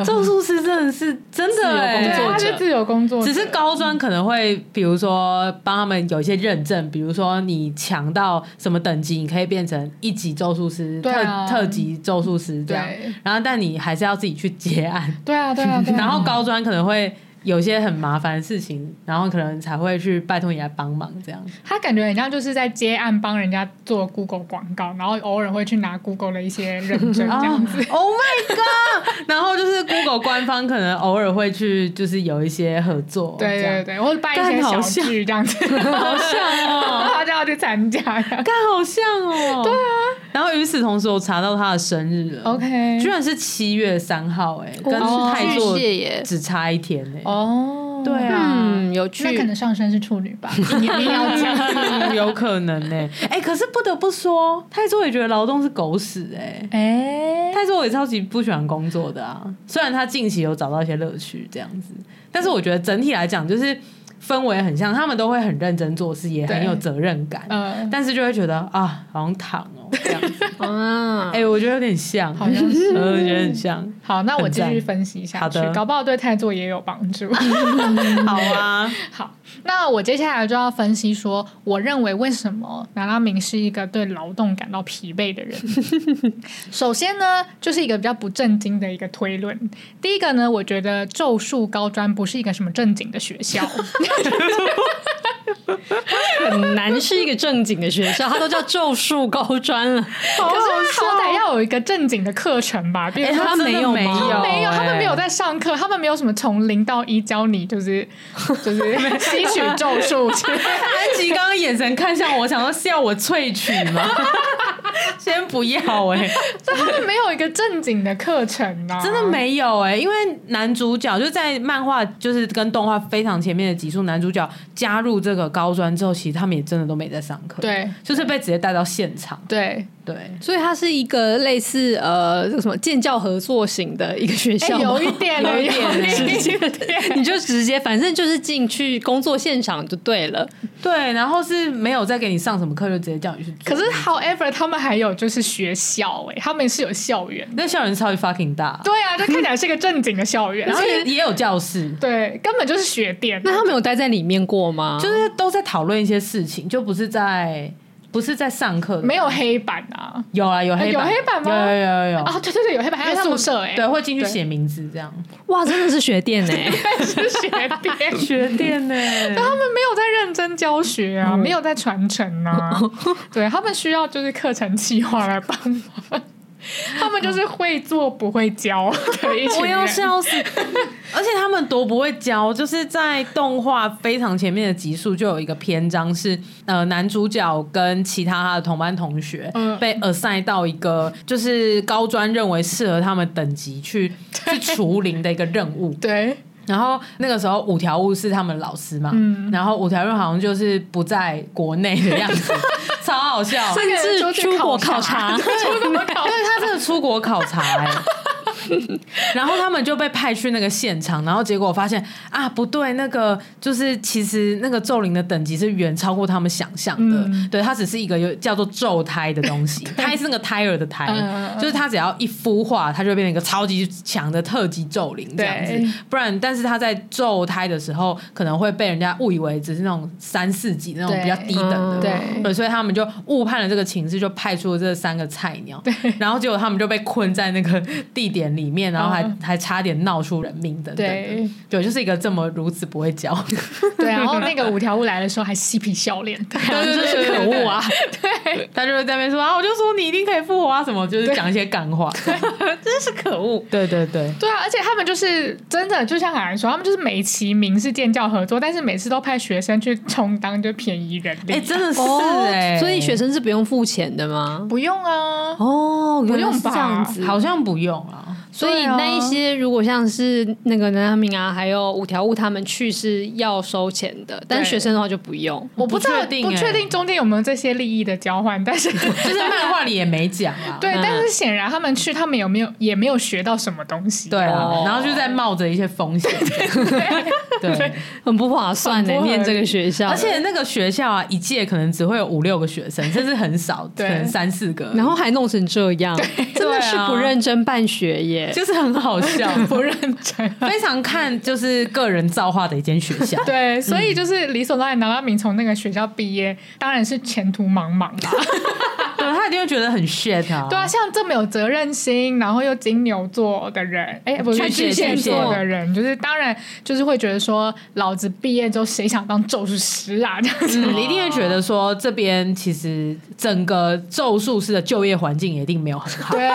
Speaker 3: *laughs*
Speaker 5: 咒术师，真的是真的
Speaker 3: 对，
Speaker 5: 欸
Speaker 3: 他是自由工作者，
Speaker 5: 只是高专可能会，比如说帮他们有一些认证，比如说你强到什么等级，你可以变成一级咒术师、
Speaker 3: 对啊
Speaker 5: 特特级咒术师这样
Speaker 3: 对。
Speaker 5: 然后，但你还是要自己去结案。
Speaker 3: 对啊，对啊，
Speaker 5: *laughs*
Speaker 3: 对啊
Speaker 5: 然后高专可能会有一些很麻烦的事情，然后可能才会去拜托你来帮忙这样。
Speaker 3: 他感觉很像就是在接案帮人家做 Google 广告，然后偶尔会去拿 Google 的一些认证这样子。
Speaker 5: Oh my god！然 *laughs* 后就是 Google 官方可能偶尔会去，就是有一些合作，
Speaker 3: 对
Speaker 5: 这样
Speaker 3: 对对，或者办一些
Speaker 5: 干好
Speaker 3: 小
Speaker 5: 像
Speaker 3: 剧这样子，
Speaker 5: 好像哦，
Speaker 3: *laughs* 他就要去参加这样。
Speaker 5: 干好像哦，对啊。然后与此同时，我查到他的生日了
Speaker 3: OK
Speaker 5: 哦居然是七月三号、哎，跟
Speaker 7: 哦
Speaker 5: 泰座
Speaker 7: 巨蟹耶
Speaker 5: 只差一天哎、
Speaker 3: 哦，
Speaker 5: 对啊。
Speaker 7: 嗯，有趣。
Speaker 3: 那可能上身是处女
Speaker 5: *laughs*
Speaker 3: 吧，你一定要讲。
Speaker 5: 嗯有可能呢、哎、可是不得不说，泰座也觉得劳动是狗屎哎、
Speaker 3: 哎、
Speaker 5: 泰座也超级不喜欢工作的啊，虽然他近期有找到一些乐趣这样子，但是我觉得整体来讲就是氛围很像，他们都会很认真做事，也很
Speaker 3: 对
Speaker 5: 有责任感，
Speaker 3: 呃，
Speaker 5: 但是就会觉得啊，好像躺哦、这样子。
Speaker 7: 啊
Speaker 5: 哎、，我觉得有点像，
Speaker 3: 好像是
Speaker 5: 嗯我觉得很像。
Speaker 3: 好，那我
Speaker 5: 很
Speaker 3: 继
Speaker 5: 赞
Speaker 3: 续分析下
Speaker 5: 好
Speaker 3: 去
Speaker 5: 的，
Speaker 3: 搞不好对泰座也有帮助。
Speaker 5: *laughs* 好啊，
Speaker 3: 好，那我接下来就要分析说，我认为为什么南拉明是一个对劳动感到疲惫的人。
Speaker 5: *laughs*
Speaker 3: 首先呢，就是一个比较不正经的一个推论。第一个呢，我觉得咒术高专不是一个什么正经的学
Speaker 5: *laughs*
Speaker 3: 校，
Speaker 7: 很难是一个正经的学校，他都叫咒术高专了。
Speaker 3: 可是他好歹要有一个正经的课程吧，比如说
Speaker 5: 哎他
Speaker 3: 真的
Speaker 5: 没有吗
Speaker 3: 没有，
Speaker 5: 没有
Speaker 3: 他们
Speaker 5: 哎
Speaker 3: 没有在上课，他们没有什么从零到一教你，
Speaker 5: *laughs*
Speaker 3: 就是就是吸取咒术之类的。
Speaker 5: 安琪刚刚眼神看向我，想说是要我萃取吗？ *laughs* 先不要哎、
Speaker 3: 但他们没有一个正经的课程啊，
Speaker 5: *laughs* 真的。没有哎、因为男主角就在漫画就是跟动画非常前面的集数，男主角加入这个高专之后，其实他们也真的都没在上课，，
Speaker 3: 对
Speaker 5: 就是被直接带到现场，
Speaker 3: 对，
Speaker 5: 对，
Speaker 7: *laughs* 所以它是一个类似呃这个什么建教合作型的一个学
Speaker 3: 哎
Speaker 7: 校吗、
Speaker 3: 有一点，有一点，
Speaker 7: 直接你就直接，反正就是进去工作现场就对了。
Speaker 5: 对，然后是没有再给你上什么课，就直接叫你去做。
Speaker 3: *laughs* 可是，however，他们还有就是学校、哎，他们是有校园。
Speaker 5: 那校园超级 fucking 大，
Speaker 3: 对啊，就看起来是一个正经的校 *laughs* 园，然
Speaker 5: 然后
Speaker 3: 后
Speaker 5: 也也有教室，
Speaker 3: 对，根本就是学店。
Speaker 7: 那他们有待在里面过吗？
Speaker 5: 就是都在讨论一些事情，就不是在不是在上课的，
Speaker 3: 没有黑板啊，
Speaker 5: 有啊有黑板
Speaker 3: 有黑板吗
Speaker 5: 有有有有有
Speaker 3: 啊，对对对，有黑板，还有宿舍哎、
Speaker 5: 对，会进去写名字这样，
Speaker 7: 哇，真的是学 *laughs* 店哎、
Speaker 3: 是 *laughs* 学店，
Speaker 5: 学店呢、
Speaker 3: 他们没有在认真教学啊，没有在传承 *laughs* 啊，对他们需要就是课程计划来帮忙，他们就是会做不会教的一群人。
Speaker 5: 我要笑
Speaker 3: *laughs*
Speaker 5: 死！而且他们多不会教，就是在动画非常前面的集数就有一个篇章是，呃，男主角跟其他他的同班同学
Speaker 3: 嗯
Speaker 5: 被 assign 到一个就是高专认为适合他们等级去
Speaker 3: *laughs*
Speaker 5: 去除灵的一个任务，
Speaker 3: 对
Speaker 5: 然后那个时候五条悟是他们老师嘛，
Speaker 3: 嗯
Speaker 5: 然后五条悟好像就是不在国内的样
Speaker 7: *laughs*
Speaker 5: 子，超好笑。
Speaker 3: 甚
Speaker 7: 至出国考察
Speaker 3: 出国考 *laughs*
Speaker 5: 对他真的出国考察、欸，然后他们就被派去那个现场，然后结果发现啊，不对，那个就是其实那个咒灵的等级是远超过他们想象的，
Speaker 3: 嗯
Speaker 5: 对，它只是一个有叫做咒胎的东
Speaker 3: *laughs*
Speaker 5: 西，胎是那个胎儿的胎，
Speaker 3: 嗯嗯
Speaker 5: 就是它只要一孵化，它就会变成一个超级强的特级咒灵这样
Speaker 3: 对
Speaker 5: 子，不然，但是它在咒胎的时候，可能会被人家误以为只是那种三四级那种
Speaker 3: 对嗯
Speaker 5: 比较低等的，
Speaker 3: 对
Speaker 5: 对，所以他们就误判了这个情势，就派出了这三个菜鸟。然后结果他们就被困在那个地点里面，然后还、
Speaker 3: 嗯
Speaker 5: 还差点闹出人命等等的。
Speaker 3: 对
Speaker 5: 对，就是一个这么如此不会教。
Speaker 3: *laughs* 对，啊然后那个五条悟来的时候还嬉皮笑 *laughs* 脸的，
Speaker 5: *laughs* 对
Speaker 3: 真是
Speaker 5: 对
Speaker 3: 可
Speaker 5: 对
Speaker 3: 恶啊！
Speaker 5: 他就会在那边说啊，我就说你一定可以复活啊，什么就是讲一些干话，真是可恶。对对对，
Speaker 3: 对啊，而且他们就是真的，就像海兰说，他们就是美其名是建教合作，但是每次都派学生去充当就便宜人力，
Speaker 5: 哎、真的是
Speaker 7: 哦
Speaker 5: 哎、
Speaker 7: 所以学生是不用付钱的吗？
Speaker 3: 不用啊，
Speaker 7: 哦，
Speaker 3: 不
Speaker 7: 原来
Speaker 3: 用
Speaker 7: 是
Speaker 3: 吧
Speaker 7: 这样子。
Speaker 5: 好像不用啊。
Speaker 7: *laughs* 所以那一些如果像是那个南阿明啊，还有五条悟他们去是要收钱的，但
Speaker 3: 对
Speaker 7: 学生的话就不用。
Speaker 3: 我不知道，
Speaker 5: 不确定
Speaker 3: 不
Speaker 5: 欸
Speaker 3: 确定哎中间有没有这些利益的交换， *laughs* 但是
Speaker 5: 就是漫画里也没讲啊，
Speaker 3: 对，但是显然他们去，他们有没有也没有学到什么东西，
Speaker 5: 对啊
Speaker 7: 哦，
Speaker 5: 然后就在冒着一些风险， *laughs* 对，
Speaker 7: *laughs* 很不划算呢、欸
Speaker 3: 很不合理
Speaker 7: 念这个学校，
Speaker 5: 而且那个学校啊，一届可能只会有五六个学生，甚至很 *laughs* 少，可
Speaker 3: 对
Speaker 5: 能三四个而已，
Speaker 7: 然后还弄成这样，真的是
Speaker 5: 对啊
Speaker 7: 不认真办学耶。
Speaker 5: 就是很好 *laughs* 笑，
Speaker 3: 不认真。
Speaker 5: 非常看就是个人造化的一间学校。
Speaker 3: 对，所
Speaker 5: 嗯
Speaker 3: 以就是理所当然，拿到明从那个学校毕业，当然是前途茫茫啦。
Speaker 5: *laughs* 对，他一定会觉得很 shit 啊。
Speaker 3: 对啊，像这么有责任心，然后又金牛座的人，哎，不是
Speaker 5: 巨蟹
Speaker 3: 巨蟹
Speaker 5: 巨蟹
Speaker 3: 座的人，就是当然就是会觉得说，老子毕业之后谁想当咒术师啊？ *laughs* 这样子，
Speaker 5: 嗯，你一定会觉得说这边其实整个咒术师的就业环境也一定没有 *laughs* 很好。
Speaker 3: 对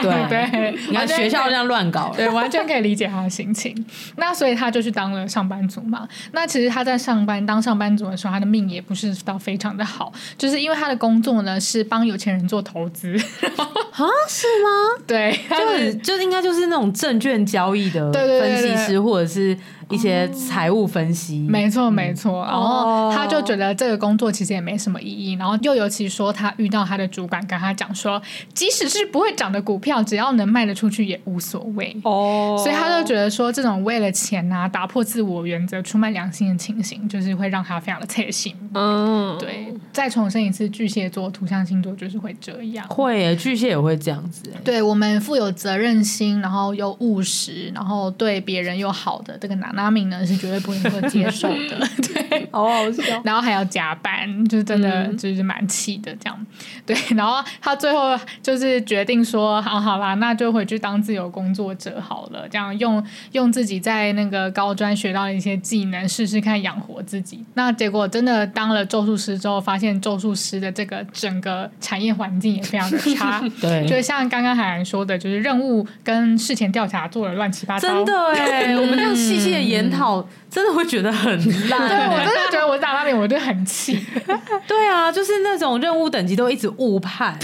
Speaker 5: 对
Speaker 3: 对，
Speaker 5: 你看
Speaker 3: 完全
Speaker 5: 学校这样乱搞，
Speaker 3: *laughs* 对，完全可以理解他的心情。那所以他就去当了上班族嘛。那其实他在上班当上班族的时候，他的命也不是到非常的好，就是因为他的工作呢是帮有钱人做投资。 *laughs* 啊，是吗？对，他
Speaker 5: *laughs* 就是是就是应该就是那种证券交易的
Speaker 3: 对对对
Speaker 5: 分
Speaker 3: 对
Speaker 5: 析师，或者是一些哦财务分析。
Speaker 3: 没错，没错。然后他就觉得这个工作其实也没什么意义。然后又尤其说他遇到他的主管跟他讲说，即使是不会涨的股票，只要能卖得出去也无所谓。
Speaker 7: 哦
Speaker 3: 所以他就觉得说，这种为了钱啊，打破自我原则、出卖良心的情形，就是会让他非常的刺心。
Speaker 7: 嗯，
Speaker 3: 对，再重申一次，巨蟹座土象星座就是会这样。
Speaker 5: 会耶，巨蟹也会这样子耶。
Speaker 3: 对我们富有责任心，然后又务实，然后对别人又好的这个娜娜明呢，是绝对不能够接受的。 *laughs* 对，
Speaker 5: 好好笑。
Speaker 3: *laughs* 然后还要加班，就是真的就是蛮气的这样。对，然后他最后就是决定说，好好啦，那就回去当自由工作者好了，这样用用自己在那个高专学到的一些技能试试看养活自己。那结果真的当了咒术师之后，发现咒术师的这个整个产业环境也非常的 *laughs* 差。
Speaker 5: 对
Speaker 3: 就像刚刚海兰说的，就是任务跟事前调查做的乱七八糟，
Speaker 5: 真的 *laughs* 哎，我们这样细细的研讨，真的会觉得 *laughs* 很
Speaker 3: 对我
Speaker 5: 烂。
Speaker 3: 真的觉得我打那边我就很气。
Speaker 5: 啊对啊，就是那种任务等级都一直误判，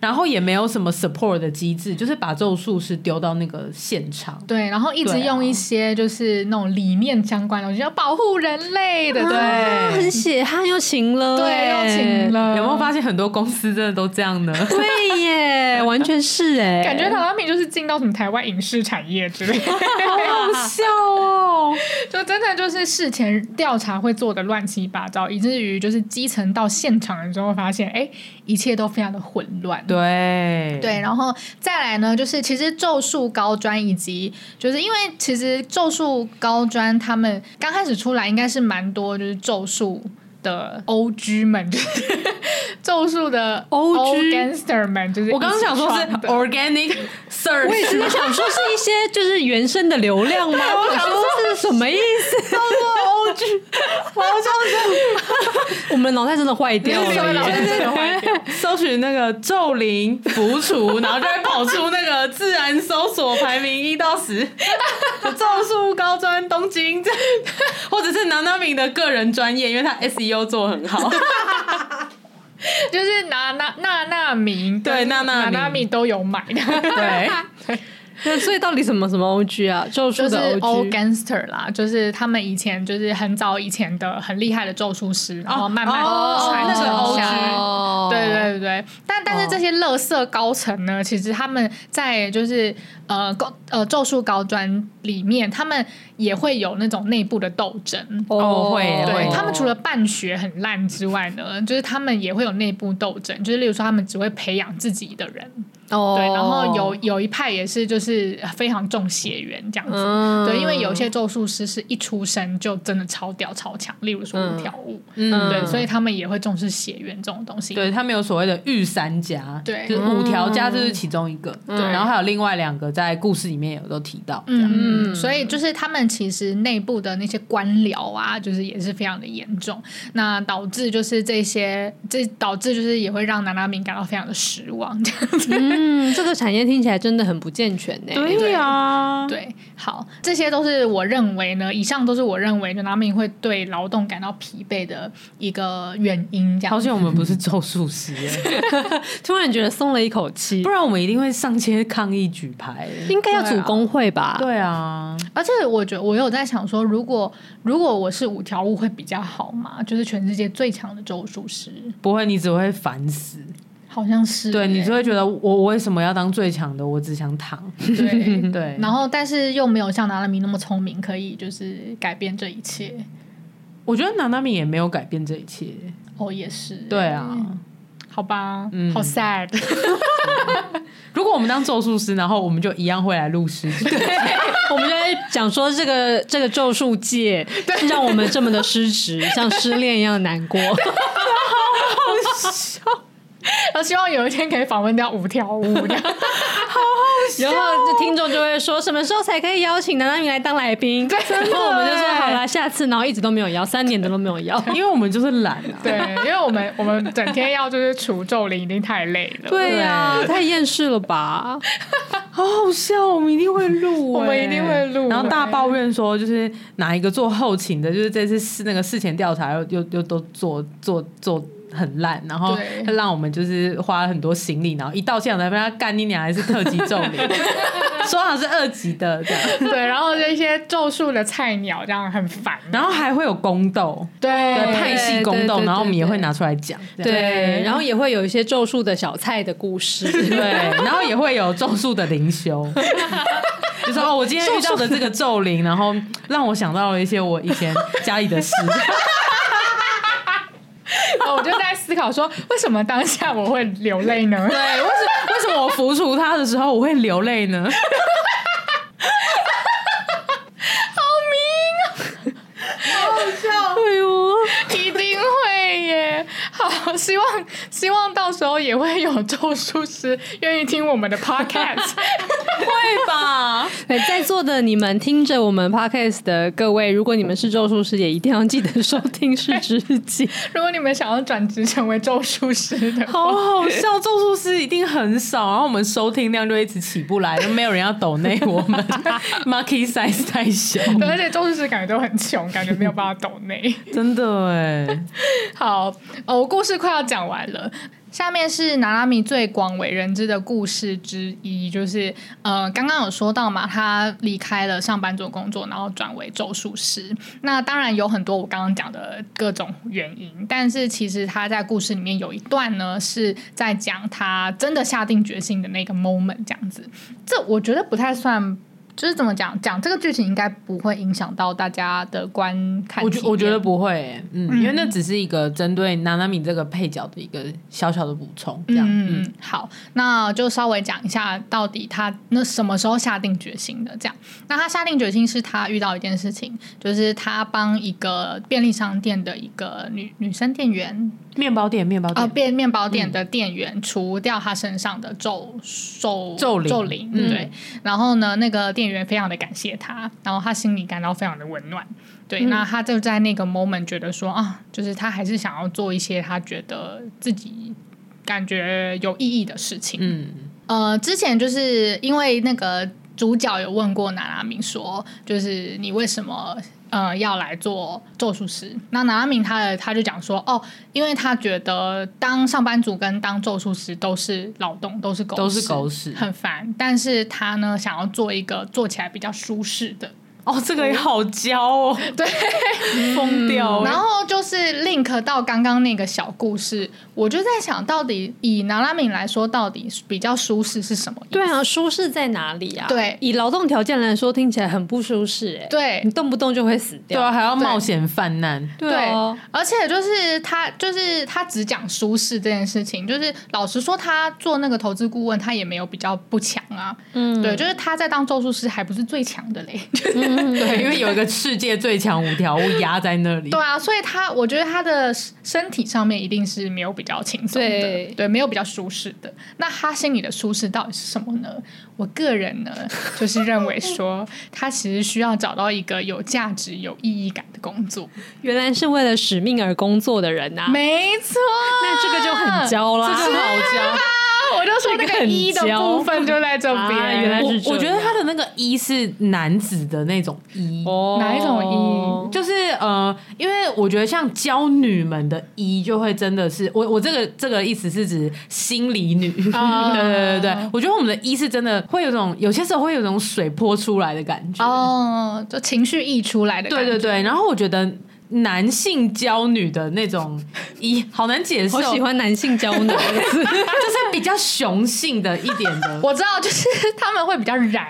Speaker 5: 然后也没有什么 support 的机制，就是把咒术师丢到那个现场。
Speaker 3: *laughs* 对，然后一直
Speaker 5: 对啊
Speaker 3: 用一些就是那种理念相关的，我觉得保护人类的，
Speaker 7: 啊
Speaker 3: 对，
Speaker 7: 很血汗又勤了，
Speaker 3: 对，要请。了，
Speaker 5: 有没有？发现很多公司真的都这样呢？
Speaker 7: 对耶，完全是哎，
Speaker 3: 感觉唐拉米就是进到什么台湾影视产业之 *laughs* 类的，
Speaker 5: 好 *laughs* 笑哦！
Speaker 3: 就真的就是事前调查会做的乱七八糟，以至于就是基层到现场了之后发现，哎，一切都非常的混乱。
Speaker 5: 对
Speaker 3: 对，然后再来呢，就是其实咒术高专以及就是因为其实咒术高专他们刚开始出来应该是蛮多就是咒术的 O G 们， *laughs* 就是咒术的
Speaker 7: OG
Speaker 3: gangster 们，就是
Speaker 5: 我刚刚想说是哦
Speaker 3: 一起创的
Speaker 5: organic
Speaker 3: *laughs*
Speaker 5: search，
Speaker 7: 我也是在想说是一些就是原生的流量吗？我想说是什么意
Speaker 3: *laughs*
Speaker 7: 思？叫做 OG，我好像是， *laughs* 我们脑袋真的坏掉
Speaker 5: 对
Speaker 7: 了
Speaker 5: 对
Speaker 7: 耶。
Speaker 5: 对
Speaker 3: 坏
Speaker 5: 对，搜寻那个咒灵浮除，然后就会跑出那个自然搜索排名一到十，咒术高专东京，这样或者是南南明的个人专业，因为他 SEO 做很好，
Speaker 3: 就是娜娜娜娜米跟
Speaker 5: 对娜娜米 *laughs*
Speaker 3: 娜米都有买的，
Speaker 5: 对。
Speaker 7: 那所以到底什么什么 OG 啊？咒
Speaker 3: 就
Speaker 7: 术
Speaker 3: 是
Speaker 7: 的
Speaker 3: O
Speaker 7: OG，
Speaker 3: gangster 啦，就是他们以前就是很早以前的很厉害的咒术师，然后慢慢
Speaker 5: 哦
Speaker 3: 传
Speaker 5: 那个
Speaker 3: 承
Speaker 5: OG
Speaker 3: 下来。
Speaker 7: 哦
Speaker 3: 对对对对，但但
Speaker 5: 哦
Speaker 3: 是这些乐色高层呢，其实他们在就是呃高呃咒术高专里面，他们也会有那种内部的斗争。
Speaker 5: 哦会
Speaker 3: 对
Speaker 5: 会
Speaker 3: 他们除了办学很烂之外呢，就是他们也会有内部斗争，就是例如说他们只会培养自己的人，
Speaker 7: 哦
Speaker 3: 对，然后有有一派也是就是非常重血缘这样子，
Speaker 7: 嗯
Speaker 3: 对，因为有些咒术师是一出生就真的超屌超强，例如说五条悟，
Speaker 5: 嗯，
Speaker 3: 对，所以他们也会重视血缘这种东西，
Speaker 5: 对他们有所谓的御三家，
Speaker 3: 对
Speaker 5: 就是五条家这是其中一个，然后还有另外两个在故事里面有都提到，
Speaker 3: 嗯，所以就是他们其实内部的那些官僚啊，就是也是非常的严重，那导致就是这些，这导致就是也会让娜娜敏感到非常的失望。
Speaker 7: 嗯，这个产业听起来真的很不健全呢。
Speaker 5: 呀，
Speaker 3: 对，好，这些都是我认为呢，以上都是我认为娜娜敏会对劳动感到疲惫的一个原因。这样
Speaker 5: 好
Speaker 3: 子，
Speaker 5: 险我们不是咒术师 *laughs* 耶，
Speaker 7: 突然觉得松了一口气啊
Speaker 5: 不，然我们一定会上街抗议举牌。
Speaker 7: 应该要组工会吧？
Speaker 5: 对啊，
Speaker 3: 而且我觉得我有在想说，如果如果我是五条悟会比较好嘛，就是全世界最强的咒术师，
Speaker 5: 不会，你只会烦死。
Speaker 3: 好像是
Speaker 5: 对，你
Speaker 3: 欸
Speaker 5: 只会觉得我我为什么要当最强的？我只想
Speaker 3: *laughs*
Speaker 5: 躺。
Speaker 3: 对。
Speaker 5: 对，
Speaker 3: 然后，但是又没有像拿拉米那么聪明，可以就是改变这一切。
Speaker 5: 我觉得娜娜米也没有改变这一切。
Speaker 3: 哦，也是，
Speaker 5: 对，啊，
Speaker 3: 好吧，
Speaker 5: 嗯
Speaker 3: 好 sad。 *laughs*
Speaker 5: 如果我们当咒术师，然后我们就一样会来
Speaker 3: *laughs*
Speaker 5: 录诗集。
Speaker 7: 我们就在讲说这个这个咒术界让我们这么的失职，像失恋一样难过。
Speaker 3: 我希望有一天可以访问掉五条悟。这样 *laughs*
Speaker 5: 哦
Speaker 7: 然后这听众就会说，什么时候才可以邀请南南明来当来宾？然后我们就说好啦，下次，然后一直都没有邀，三年的都没有邀。
Speaker 5: 因为我们就是懒啊。
Speaker 3: 对，因为我们我们整天要就是除咒灵，已经太累了。
Speaker 5: 啊
Speaker 7: 对呀、太厌世了吧？
Speaker 5: 好好笑，我们一定会录、
Speaker 3: *laughs* 我们
Speaker 5: 欸
Speaker 3: 一定会录
Speaker 5: 然后大
Speaker 3: 欸
Speaker 5: 抱怨说，就是哪一个做后勤的，就是这次事那个事前调查又又又都做做做很烂，然后
Speaker 3: 对
Speaker 5: 他让我们就是花了很多行李，然后一到现场才发现他干你娘还是特级重
Speaker 3: *laughs*
Speaker 5: 礼，说好是二级的这样，
Speaker 3: 对，然后这些咒术的菜鸟这样很烦。
Speaker 5: 然后还会有宫斗，
Speaker 3: 对
Speaker 5: 对派系宫斗，
Speaker 7: 对对
Speaker 5: 然后我们也会
Speaker 7: 对
Speaker 5: 拿出来讲，这样
Speaker 7: 对，然后也会有一些咒术的小菜的故事。
Speaker 5: 对，然后也会有咒术的灵
Speaker 7: *laughs*
Speaker 5: 修。就说哦，我今天遇到的这个咒灵，然后让我想到了一些我以前家里的
Speaker 7: *laughs*
Speaker 5: 事。
Speaker 3: 然后我就在思考说，为什么当下我会流泪呢？
Speaker 5: 对，为什为什么我浮出他的时候我会流泪呢？
Speaker 3: *laughs* 一定会耶！好，希望希望到时候也会有咒术师愿意听我们的 podcast。
Speaker 5: *laughs* 会吧？
Speaker 7: 对，在座的你们听着我们 podcast 的各位，如果你们是咒术师，也一定要记得收听《是知己》。
Speaker 3: 如果你们想要转职成为咒术师的话，
Speaker 5: 好好笑，咒术师一定很少，然后我们收听量就一直起不来，就没有人要抖内我
Speaker 7: *laughs*
Speaker 5: 们，market size 太小，
Speaker 3: 对而且咒术师感觉都很穷，感觉没有办法抖内。
Speaker 5: 真的哎。
Speaker 3: *laughs* 好，哦，我故事快要讲完了。下面是娜拉米最广为人知的故事之一，就是呃，刚刚有说到嘛，他离开了上班族工作，然后转为咒术师。那当然有很多我刚刚讲的各种原因，但是其实他在故事里面有一段呢，是在讲他真的下定决心的那个 moment，这样子。这我觉得不太算。就是怎么讲，讲这个剧情应该不会影响到大家的观看
Speaker 5: 我
Speaker 3: 体
Speaker 5: 觉
Speaker 3: 验。啊
Speaker 5: 我觉得不会、欸，嗯，因为那只是一个针对娜娜米这个配角的一个小小的补充，这样，
Speaker 3: 嗯，
Speaker 5: 嗯，
Speaker 3: 嗯好，那就稍微讲一下到底他那什么时候下定决心的？这样，那他下定决心是他遇到一件事情，就是他帮一个便利商店的一个女女生店员
Speaker 5: 面包店，嗯面包
Speaker 3: 啊，
Speaker 5: 店，
Speaker 3: 便面包店的店员除掉他身上的咒咒
Speaker 5: 咒灵嗯
Speaker 3: 咒灵，对。然后呢，那个店员非常的感谢他，然后他心里感到非常的温暖。对，
Speaker 5: 嗯
Speaker 3: 那他就在那个 moment 觉得说啊，就是他还是想要做一些他觉得自己感觉有意义的事情。
Speaker 5: 嗯，
Speaker 3: 呃，之前就是因为那个主角有问过娜娜明说，就是你为什么呃要来做咒术师。那南阿明他的他就讲说，哦，因为他觉得当上班族跟当咒术师都是劳动，都是狗
Speaker 5: 都是狗屎
Speaker 3: 很烦。但是他呢，想要做一个做起来比较舒适的。
Speaker 5: *laughs* 哦，这个也好教哦，
Speaker 3: 对，
Speaker 5: *laughs* 疯掉
Speaker 3: 然
Speaker 5: 欸。
Speaker 3: 后就是 link 到刚刚那个小故事，我就在想到底以南拉敏来说，到底比较舒适是什么意思？
Speaker 7: 对啊，舒适在哪里啊？
Speaker 3: 对
Speaker 7: 以劳动条件来说，听起来很不舒适哎、
Speaker 3: 对
Speaker 7: 你动不动就会死
Speaker 5: 对
Speaker 7: 掉。
Speaker 5: 啊，还要冒险犯难，
Speaker 7: 对
Speaker 3: 啊
Speaker 7: 哦，
Speaker 3: 而且就是他，就是他只讲舒适这件事情，就是老实说，他做那个投资顾问，他也没有比较不强啊。嗯，对，就是他在当咒术师还不是最强的嘞。
Speaker 7: 嗯
Speaker 5: 对，因为有一个世界最强五条悟压在那 *laughs* 里
Speaker 3: 对，啊，所以他我觉得他的身体上面一定是没有比较轻松的，
Speaker 7: 对
Speaker 3: 没有比较舒适的。那他心里的舒适到底是什么呢？我个人呢，就是认为说，他其实需要找到一个有价值、有意义感的工作。
Speaker 7: *laughs* 原来是为了使命而工作的人呐、啊
Speaker 3: 没错，
Speaker 7: 那这个就很焦啦。
Speaker 5: 这个好教。
Speaker 3: *laughs* 我就说那
Speaker 7: 这个
Speaker 3: 个
Speaker 7: 很
Speaker 3: 一的部分就在这边，
Speaker 7: 啊原来
Speaker 5: 我
Speaker 7: 是这
Speaker 5: 我觉得
Speaker 7: 样
Speaker 5: 他的那个一是男子的那种一，
Speaker 7: 哦
Speaker 3: 哪一种
Speaker 5: 就是呃，因为我觉得像教女们的一就会真的是我我这个这个意思是指心理 *laughs* 女，
Speaker 3: 啊
Speaker 5: 对对对对，我觉得我们的一是真的会有种有些时候会有种水泼出来的感觉，
Speaker 3: 哦，就情绪溢出来的感
Speaker 5: 对
Speaker 3: 觉，
Speaker 5: 对对，然后我觉得。男性教女的那种一好难解释、
Speaker 7: 好
Speaker 5: 哦，
Speaker 7: 喜欢男性胶
Speaker 3: *laughs*
Speaker 7: 囊，
Speaker 5: *laughs* 就是比较雄性的一点
Speaker 3: *laughs*
Speaker 5: 的，嗯
Speaker 3: 我知道，就是他们会比较燃，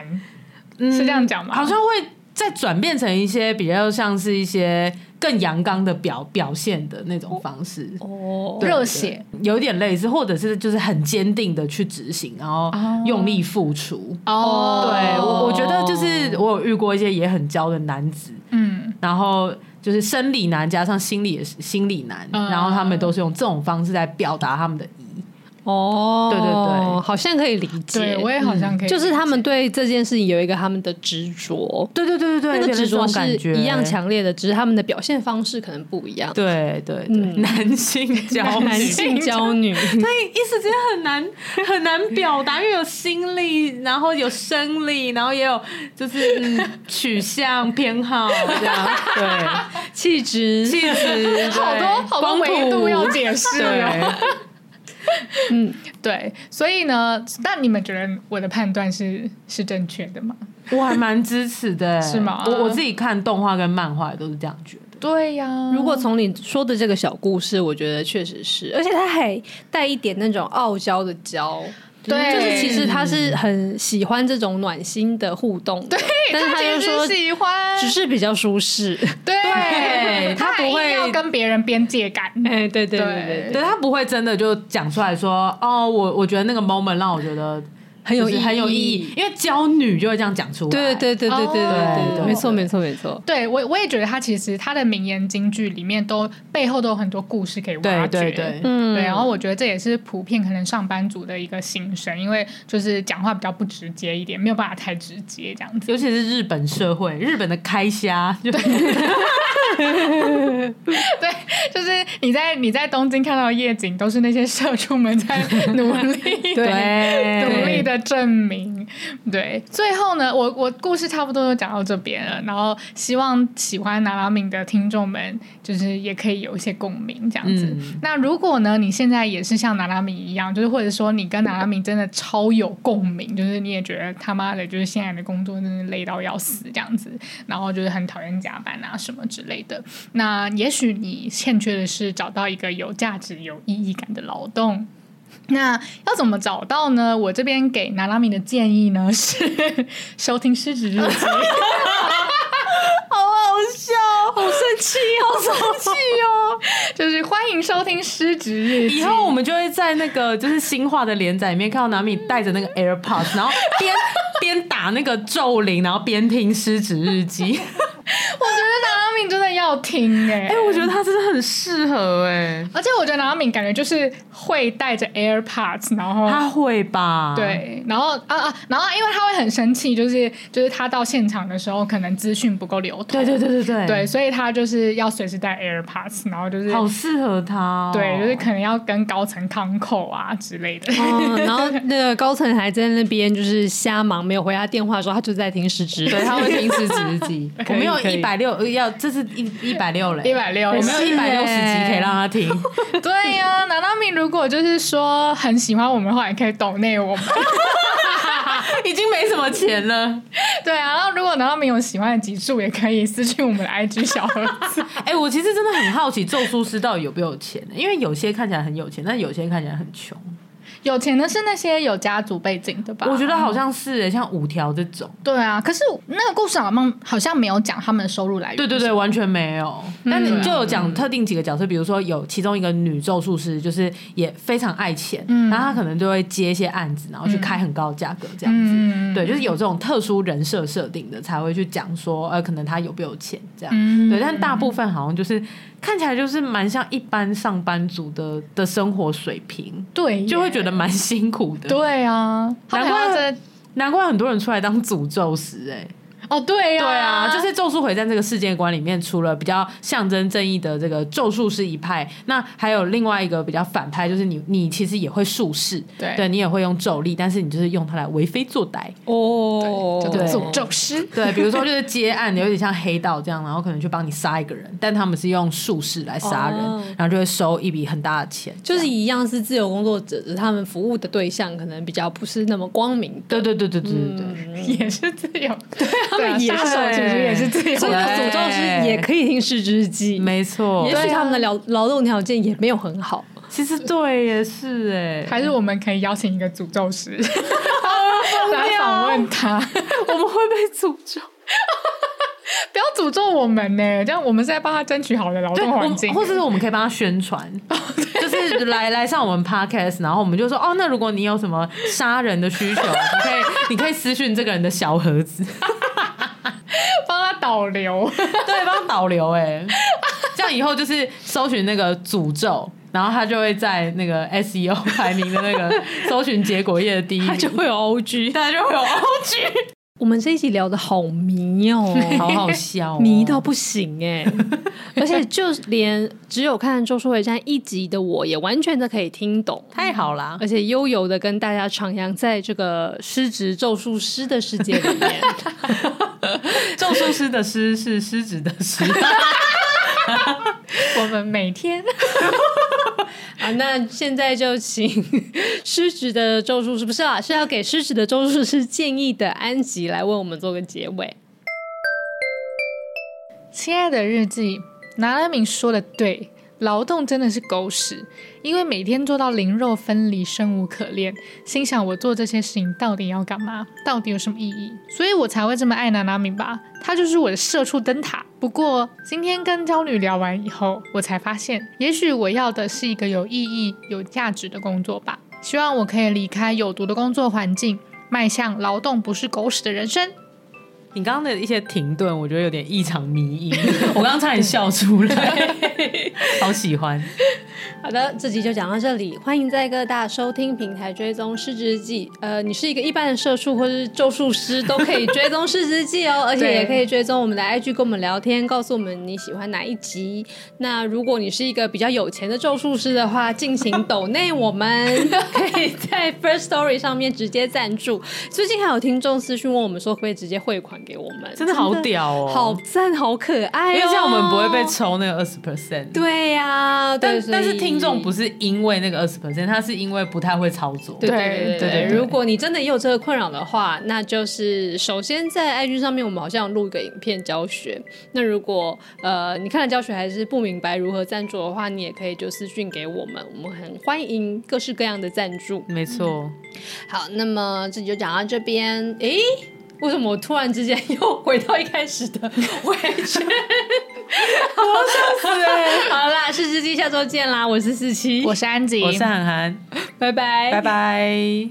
Speaker 7: 嗯
Speaker 3: 是这样讲吗？
Speaker 5: 好像会再转变成一些比较像是一些更阳刚的表表现的那种方式，
Speaker 7: 哦，
Speaker 5: 对
Speaker 3: 热血，
Speaker 5: 有点类似，或者是就是很坚定的去执行，然后用力付出。
Speaker 3: 哦，
Speaker 5: 对我，我觉得就是我有遇过一些也很娇的男子，
Speaker 3: 嗯，
Speaker 5: 然后就是生理男加上心理也是心理男，
Speaker 3: 嗯
Speaker 5: 然后他们都是用这种方式在表达他们的意。
Speaker 7: 哦，
Speaker 5: 对对对
Speaker 7: 好像可以理解嗯
Speaker 3: 对。我也好像可以，
Speaker 7: 就是他们对这件事情有一个他们的执着，
Speaker 5: 对对对对对，
Speaker 7: 那个
Speaker 5: 有点
Speaker 7: 执着
Speaker 5: 这种
Speaker 7: 是
Speaker 5: 感觉
Speaker 7: 一样。强烈的，只是他们的表现方式可能不一样。
Speaker 5: 对对对，
Speaker 7: 嗯
Speaker 5: 男性娇
Speaker 7: *laughs* 男
Speaker 5: 女。
Speaker 7: 性娇女，
Speaker 5: 所以一时之间很难很难表达，因为有心理，然后有生理，然后也有就是、嗯、取向偏好这样，对，
Speaker 7: 气质
Speaker 5: 气质
Speaker 3: 好多好多维度要解释哦。
Speaker 5: 对，
Speaker 3: *laughs*
Speaker 7: 嗯
Speaker 3: 对，所以呢，那你们觉得我的判断是是正确的吗？
Speaker 5: 我还蛮支持的，欸
Speaker 3: 是吗
Speaker 5: 我我自己看动画跟漫画也都是这样觉得，
Speaker 3: 对呀，
Speaker 7: 如果从你说的这个小故事，我觉得确实是，而且他还带一点那种傲娇的娇。
Speaker 3: 对
Speaker 7: 就是其实他是很喜欢这种暖心的互动的，对，但是
Speaker 3: 他
Speaker 7: 又
Speaker 3: 其
Speaker 7: 说
Speaker 3: 实喜欢，
Speaker 7: 只是比较舒适，
Speaker 3: 对，
Speaker 5: 他不
Speaker 3: 还硬
Speaker 5: 会
Speaker 3: 要跟别人边界感，
Speaker 7: 哎，对对对
Speaker 3: 对
Speaker 7: 对对，
Speaker 5: 对他不会真的就讲出来说，哦，我我觉得那个 moment 让我觉得
Speaker 7: 很有
Speaker 5: 就是很有意
Speaker 7: 义
Speaker 5: 义，，因为娇女就会这样讲出来，
Speaker 7: 对对对对对对
Speaker 5: 哦
Speaker 7: 对对，没错没错没错，
Speaker 3: 对我，我也觉得他其实他的名言金句里面都背后都有很多故事可以挖
Speaker 5: 对
Speaker 3: 掘。
Speaker 5: 对对，
Speaker 7: 嗯
Speaker 3: 对然后我觉得这也是普遍可能上班族的一个心声，因为就是讲话比较不直接一点，没有办法太直接这样子。
Speaker 5: 尤其是日本社会，日本的开虾 *laughs* 就
Speaker 3: 就是你在你在东京看到的夜景，都是那些社畜们在 *laughs* 努力的
Speaker 5: 对
Speaker 3: 努力的证明。对，最后呢，我我故事差不多就讲到这边了，然后希望喜欢拿拉敏的听众们，就是也可以有一些共鸣这样子。
Speaker 5: 嗯
Speaker 3: 那如果呢，你现在也是像拿拉米一样，就是或者说你跟拿拉米真的超有共鸣，就是你也觉得他妈的，就是现在的工作真的累到要死这样子，然后就是很讨厌加班啊什么之类的。那也许你欠缺的是找到一个有价值、有意义感的劳动。那要怎么找到呢？我这边给拿拉米的建议呢 *laughs* 是收听《失职日记》。
Speaker 5: *laughs* 哎
Speaker 3: 就是欢迎收听《失职日记》。
Speaker 5: 以后我们就会在那个就是新化的连载里面看到南米带着那 *laughs* 个 AirPods，然后 *laughs* 边边打那个咒灵，然后边听《失职日记》
Speaker 3: 我觉得拿拉米真的要听哎、
Speaker 5: 哎、我觉得他真的很适合哎、
Speaker 3: 而且我觉得拿敏感觉就是会带着 AirPods，然后
Speaker 5: 他会吧？，
Speaker 3: 对，然后啊啊，然后因为他会很生气，就是就是他到现场的时候，可能资讯不够流通，
Speaker 5: 对对对对对
Speaker 3: 对，所以他就是要随时带 AirPods，然后就是
Speaker 5: 好适合他、哦。
Speaker 3: 对，就是可能要跟高层康扣啊之类的。
Speaker 7: 哦，然后那个高层还在那边就是瞎忙，没有回他电话的时候，他就在听失职。
Speaker 4: 对，他会平时直击。
Speaker 5: 我
Speaker 4: 我
Speaker 5: 们
Speaker 4: 没
Speaker 5: 有
Speaker 4: 有
Speaker 5: 一
Speaker 4: 一百，
Speaker 5: 百六，要这是一一百六嘞，
Speaker 3: 一百六，
Speaker 5: 我们有一百六十集
Speaker 4: 欸
Speaker 5: 可以让
Speaker 3: *laughs*
Speaker 5: 他听。
Speaker 3: 对呀、南娜米如果就是说很喜欢我们的话，也可以懂内我们。 *laughs*
Speaker 5: 已经没什么钱了。
Speaker 3: 对啊，然后如果南娜米有喜欢的集数，也可以私信我们的 IG 小盒子。
Speaker 5: 哎、我其实真的很好奇咒术师到底有没有钱，因为有些看起来很有钱，但有些看起来很穷。
Speaker 3: *laughs* 有钱的是那些有家族背景的吧？
Speaker 5: 我觉得好像是、欸，像五条这种，
Speaker 3: 对啊，可是那个故事好像好像没有讲他们的收入来源。
Speaker 5: 对对对，完全没有。但
Speaker 3: 嗯
Speaker 5: 你就有讲特定几个角色，比如说有其中一个女咒术师，就是也非常爱钱，
Speaker 3: 嗯
Speaker 5: 然后她可能就会接一些案子，然后去开很高的价格这样子。
Speaker 3: 嗯，嗯，
Speaker 5: 对，就是有这种特殊人设设定的，才会去讲说，呃，可能他有没有钱这样。
Speaker 3: 嗯
Speaker 5: 对，但大部分好像就是看起来就是蛮像一般上班族的的生活水平，
Speaker 3: 对耶，
Speaker 5: 就会觉得蛮辛苦的。，
Speaker 3: 对啊，他们
Speaker 5: 难怪
Speaker 3: 要在
Speaker 5: 难怪很多人出来当诅咒师、欸，
Speaker 3: 哦，对
Speaker 5: 哎，
Speaker 3: 呀、
Speaker 5: 对啊，就是《咒术回战》这个世界观里面，除了比较象征正义的这个咒术师一派，那还有另外一个比较反派，就是你你其实也会术士，
Speaker 3: 对
Speaker 5: 对你也会用咒力，但是你就是用它来为非作歹。
Speaker 7: 哦
Speaker 3: 就
Speaker 5: 对
Speaker 3: 是诅咒师。
Speaker 5: 对，比如说就是接案，有点像黑道这样，然后可能去帮你杀一个人，但他们是用术士来杀人，
Speaker 7: 哦
Speaker 5: 然后就会收一笔很大的钱。
Speaker 7: 就是一样是自由工作者，只是他们服务的对象可能比较不是那么光明。
Speaker 5: 对对对对对对对，
Speaker 7: 嗯
Speaker 3: 也是自由，嗯对他
Speaker 7: 们也
Speaker 3: 杀手其实也是自由，
Speaker 7: 所以呢，诅咒师也可以听失之记，
Speaker 5: 没错
Speaker 7: 也，许他们的劳劳动条件也没有很好。
Speaker 5: 其实对也是哎、
Speaker 3: 还是我们可以邀请一个诅咒师来访问他，
Speaker 5: *laughs* 我们会被诅咒。
Speaker 3: *laughs* 不要诅咒我们呢，这样我们是在帮他争取好的劳
Speaker 5: 对，
Speaker 3: 动
Speaker 5: 我
Speaker 3: 环
Speaker 5: 们
Speaker 3: 境，哦
Speaker 5: 或者是我们可以帮他宣
Speaker 3: *laughs*
Speaker 5: 传，就是来来上我们 podcast，然后我们就说哦，那如果你有什么杀人的需求，你可以你可以私讯这个人的小盒子，
Speaker 3: 帮他导流。
Speaker 5: *laughs* 对，帮他导流哎、 *laughs* 这样以后就是搜寻那个诅咒。然后他就会在那个 SEO 排名的那 *laughs* 个搜寻结果页的第一名，他就会有 OG，他就会
Speaker 7: *laughs*
Speaker 5: 有 OG，
Speaker 7: 我们这一集聊的好迷哦，
Speaker 5: 好好笑、哦，
Speaker 7: 迷到不行哎、而且就连只有看《咒术回战》一集的我，也完全的可以听懂，
Speaker 5: 太好啦！
Speaker 7: 而且悠游的跟大家徜徉在这个失职咒术师的世界里面。
Speaker 5: 咒术师的师是狮子的 *laughs* 狮，
Speaker 3: 我们每天
Speaker 7: 啊，那现在就请 *laughs* 失职的咒术师，不是啊，是要给失职的咒术师建议的安吉来为我们做个结尾。
Speaker 3: 亲爱的日记，拿拉敏说的对，劳动真的是狗屎，因为每天做到零肉分离，生无可恋，心想我做这些事情到底要干嘛？到底有什么意义？所以我才会这么爱拿拉敏吧，他就是我的社畜灯塔。不过今天跟焦女聊完以后，我才发现，也许我要的是一个有意义、有价值的工作吧。希望我可以离开有毒的工作环境，迈向劳动不是狗屎的人生。
Speaker 5: 你刚刚的一些停顿，我觉得有点异常 *laughs* 迷因，我刚刚差点笑出来， *laughs* 好喜欢。
Speaker 7: 好的，这集就讲到这里，欢迎在各大收听平台追踪《失职记》。呃，你是一个一般的社畜或是咒术师，都可以追踪《失职记》
Speaker 5: *laughs*
Speaker 7: 哦，而且
Speaker 3: 对
Speaker 7: 也可以追踪我们的 IG，跟我们聊天，告诉我们你喜欢哪一集。那如果你是一个比较有钱的咒术师的话，进行抖内，
Speaker 5: *laughs*
Speaker 7: 我们可以在 First Story 上面直接赞助。最近还有听众私讯问我们说，可不可以直接汇款给我们？
Speaker 5: 真的好屌哦
Speaker 7: 好赞，好可爱、哦，
Speaker 5: 因为这样我们不会被。抽那个二十 percent。，
Speaker 7: 对呀、
Speaker 5: 但
Speaker 7: 对所以
Speaker 5: 但是听众不是因为那个二十 percent，他是因为不太会操作。
Speaker 7: 对
Speaker 3: 对
Speaker 7: 对
Speaker 3: 对
Speaker 7: 对
Speaker 3: 对
Speaker 7: 如果你真的也有这个困扰的话，那就是首先在 IG 上面，我们好像有录一个影片教学。那如果呃你看了教学还是不明白如何赞助的话，你也可以就私讯给我们，我们很欢迎各式各样的赞助。
Speaker 5: 没错，
Speaker 7: 好，那么这集就讲到这边。诶，为什么我突然之间又回到一开始的回 *laughs* 圈？好啦，是司机，下周见啦！我是四七，
Speaker 3: 我是安吉，
Speaker 5: 我是涵涵，
Speaker 7: 拜拜，
Speaker 5: 拜拜。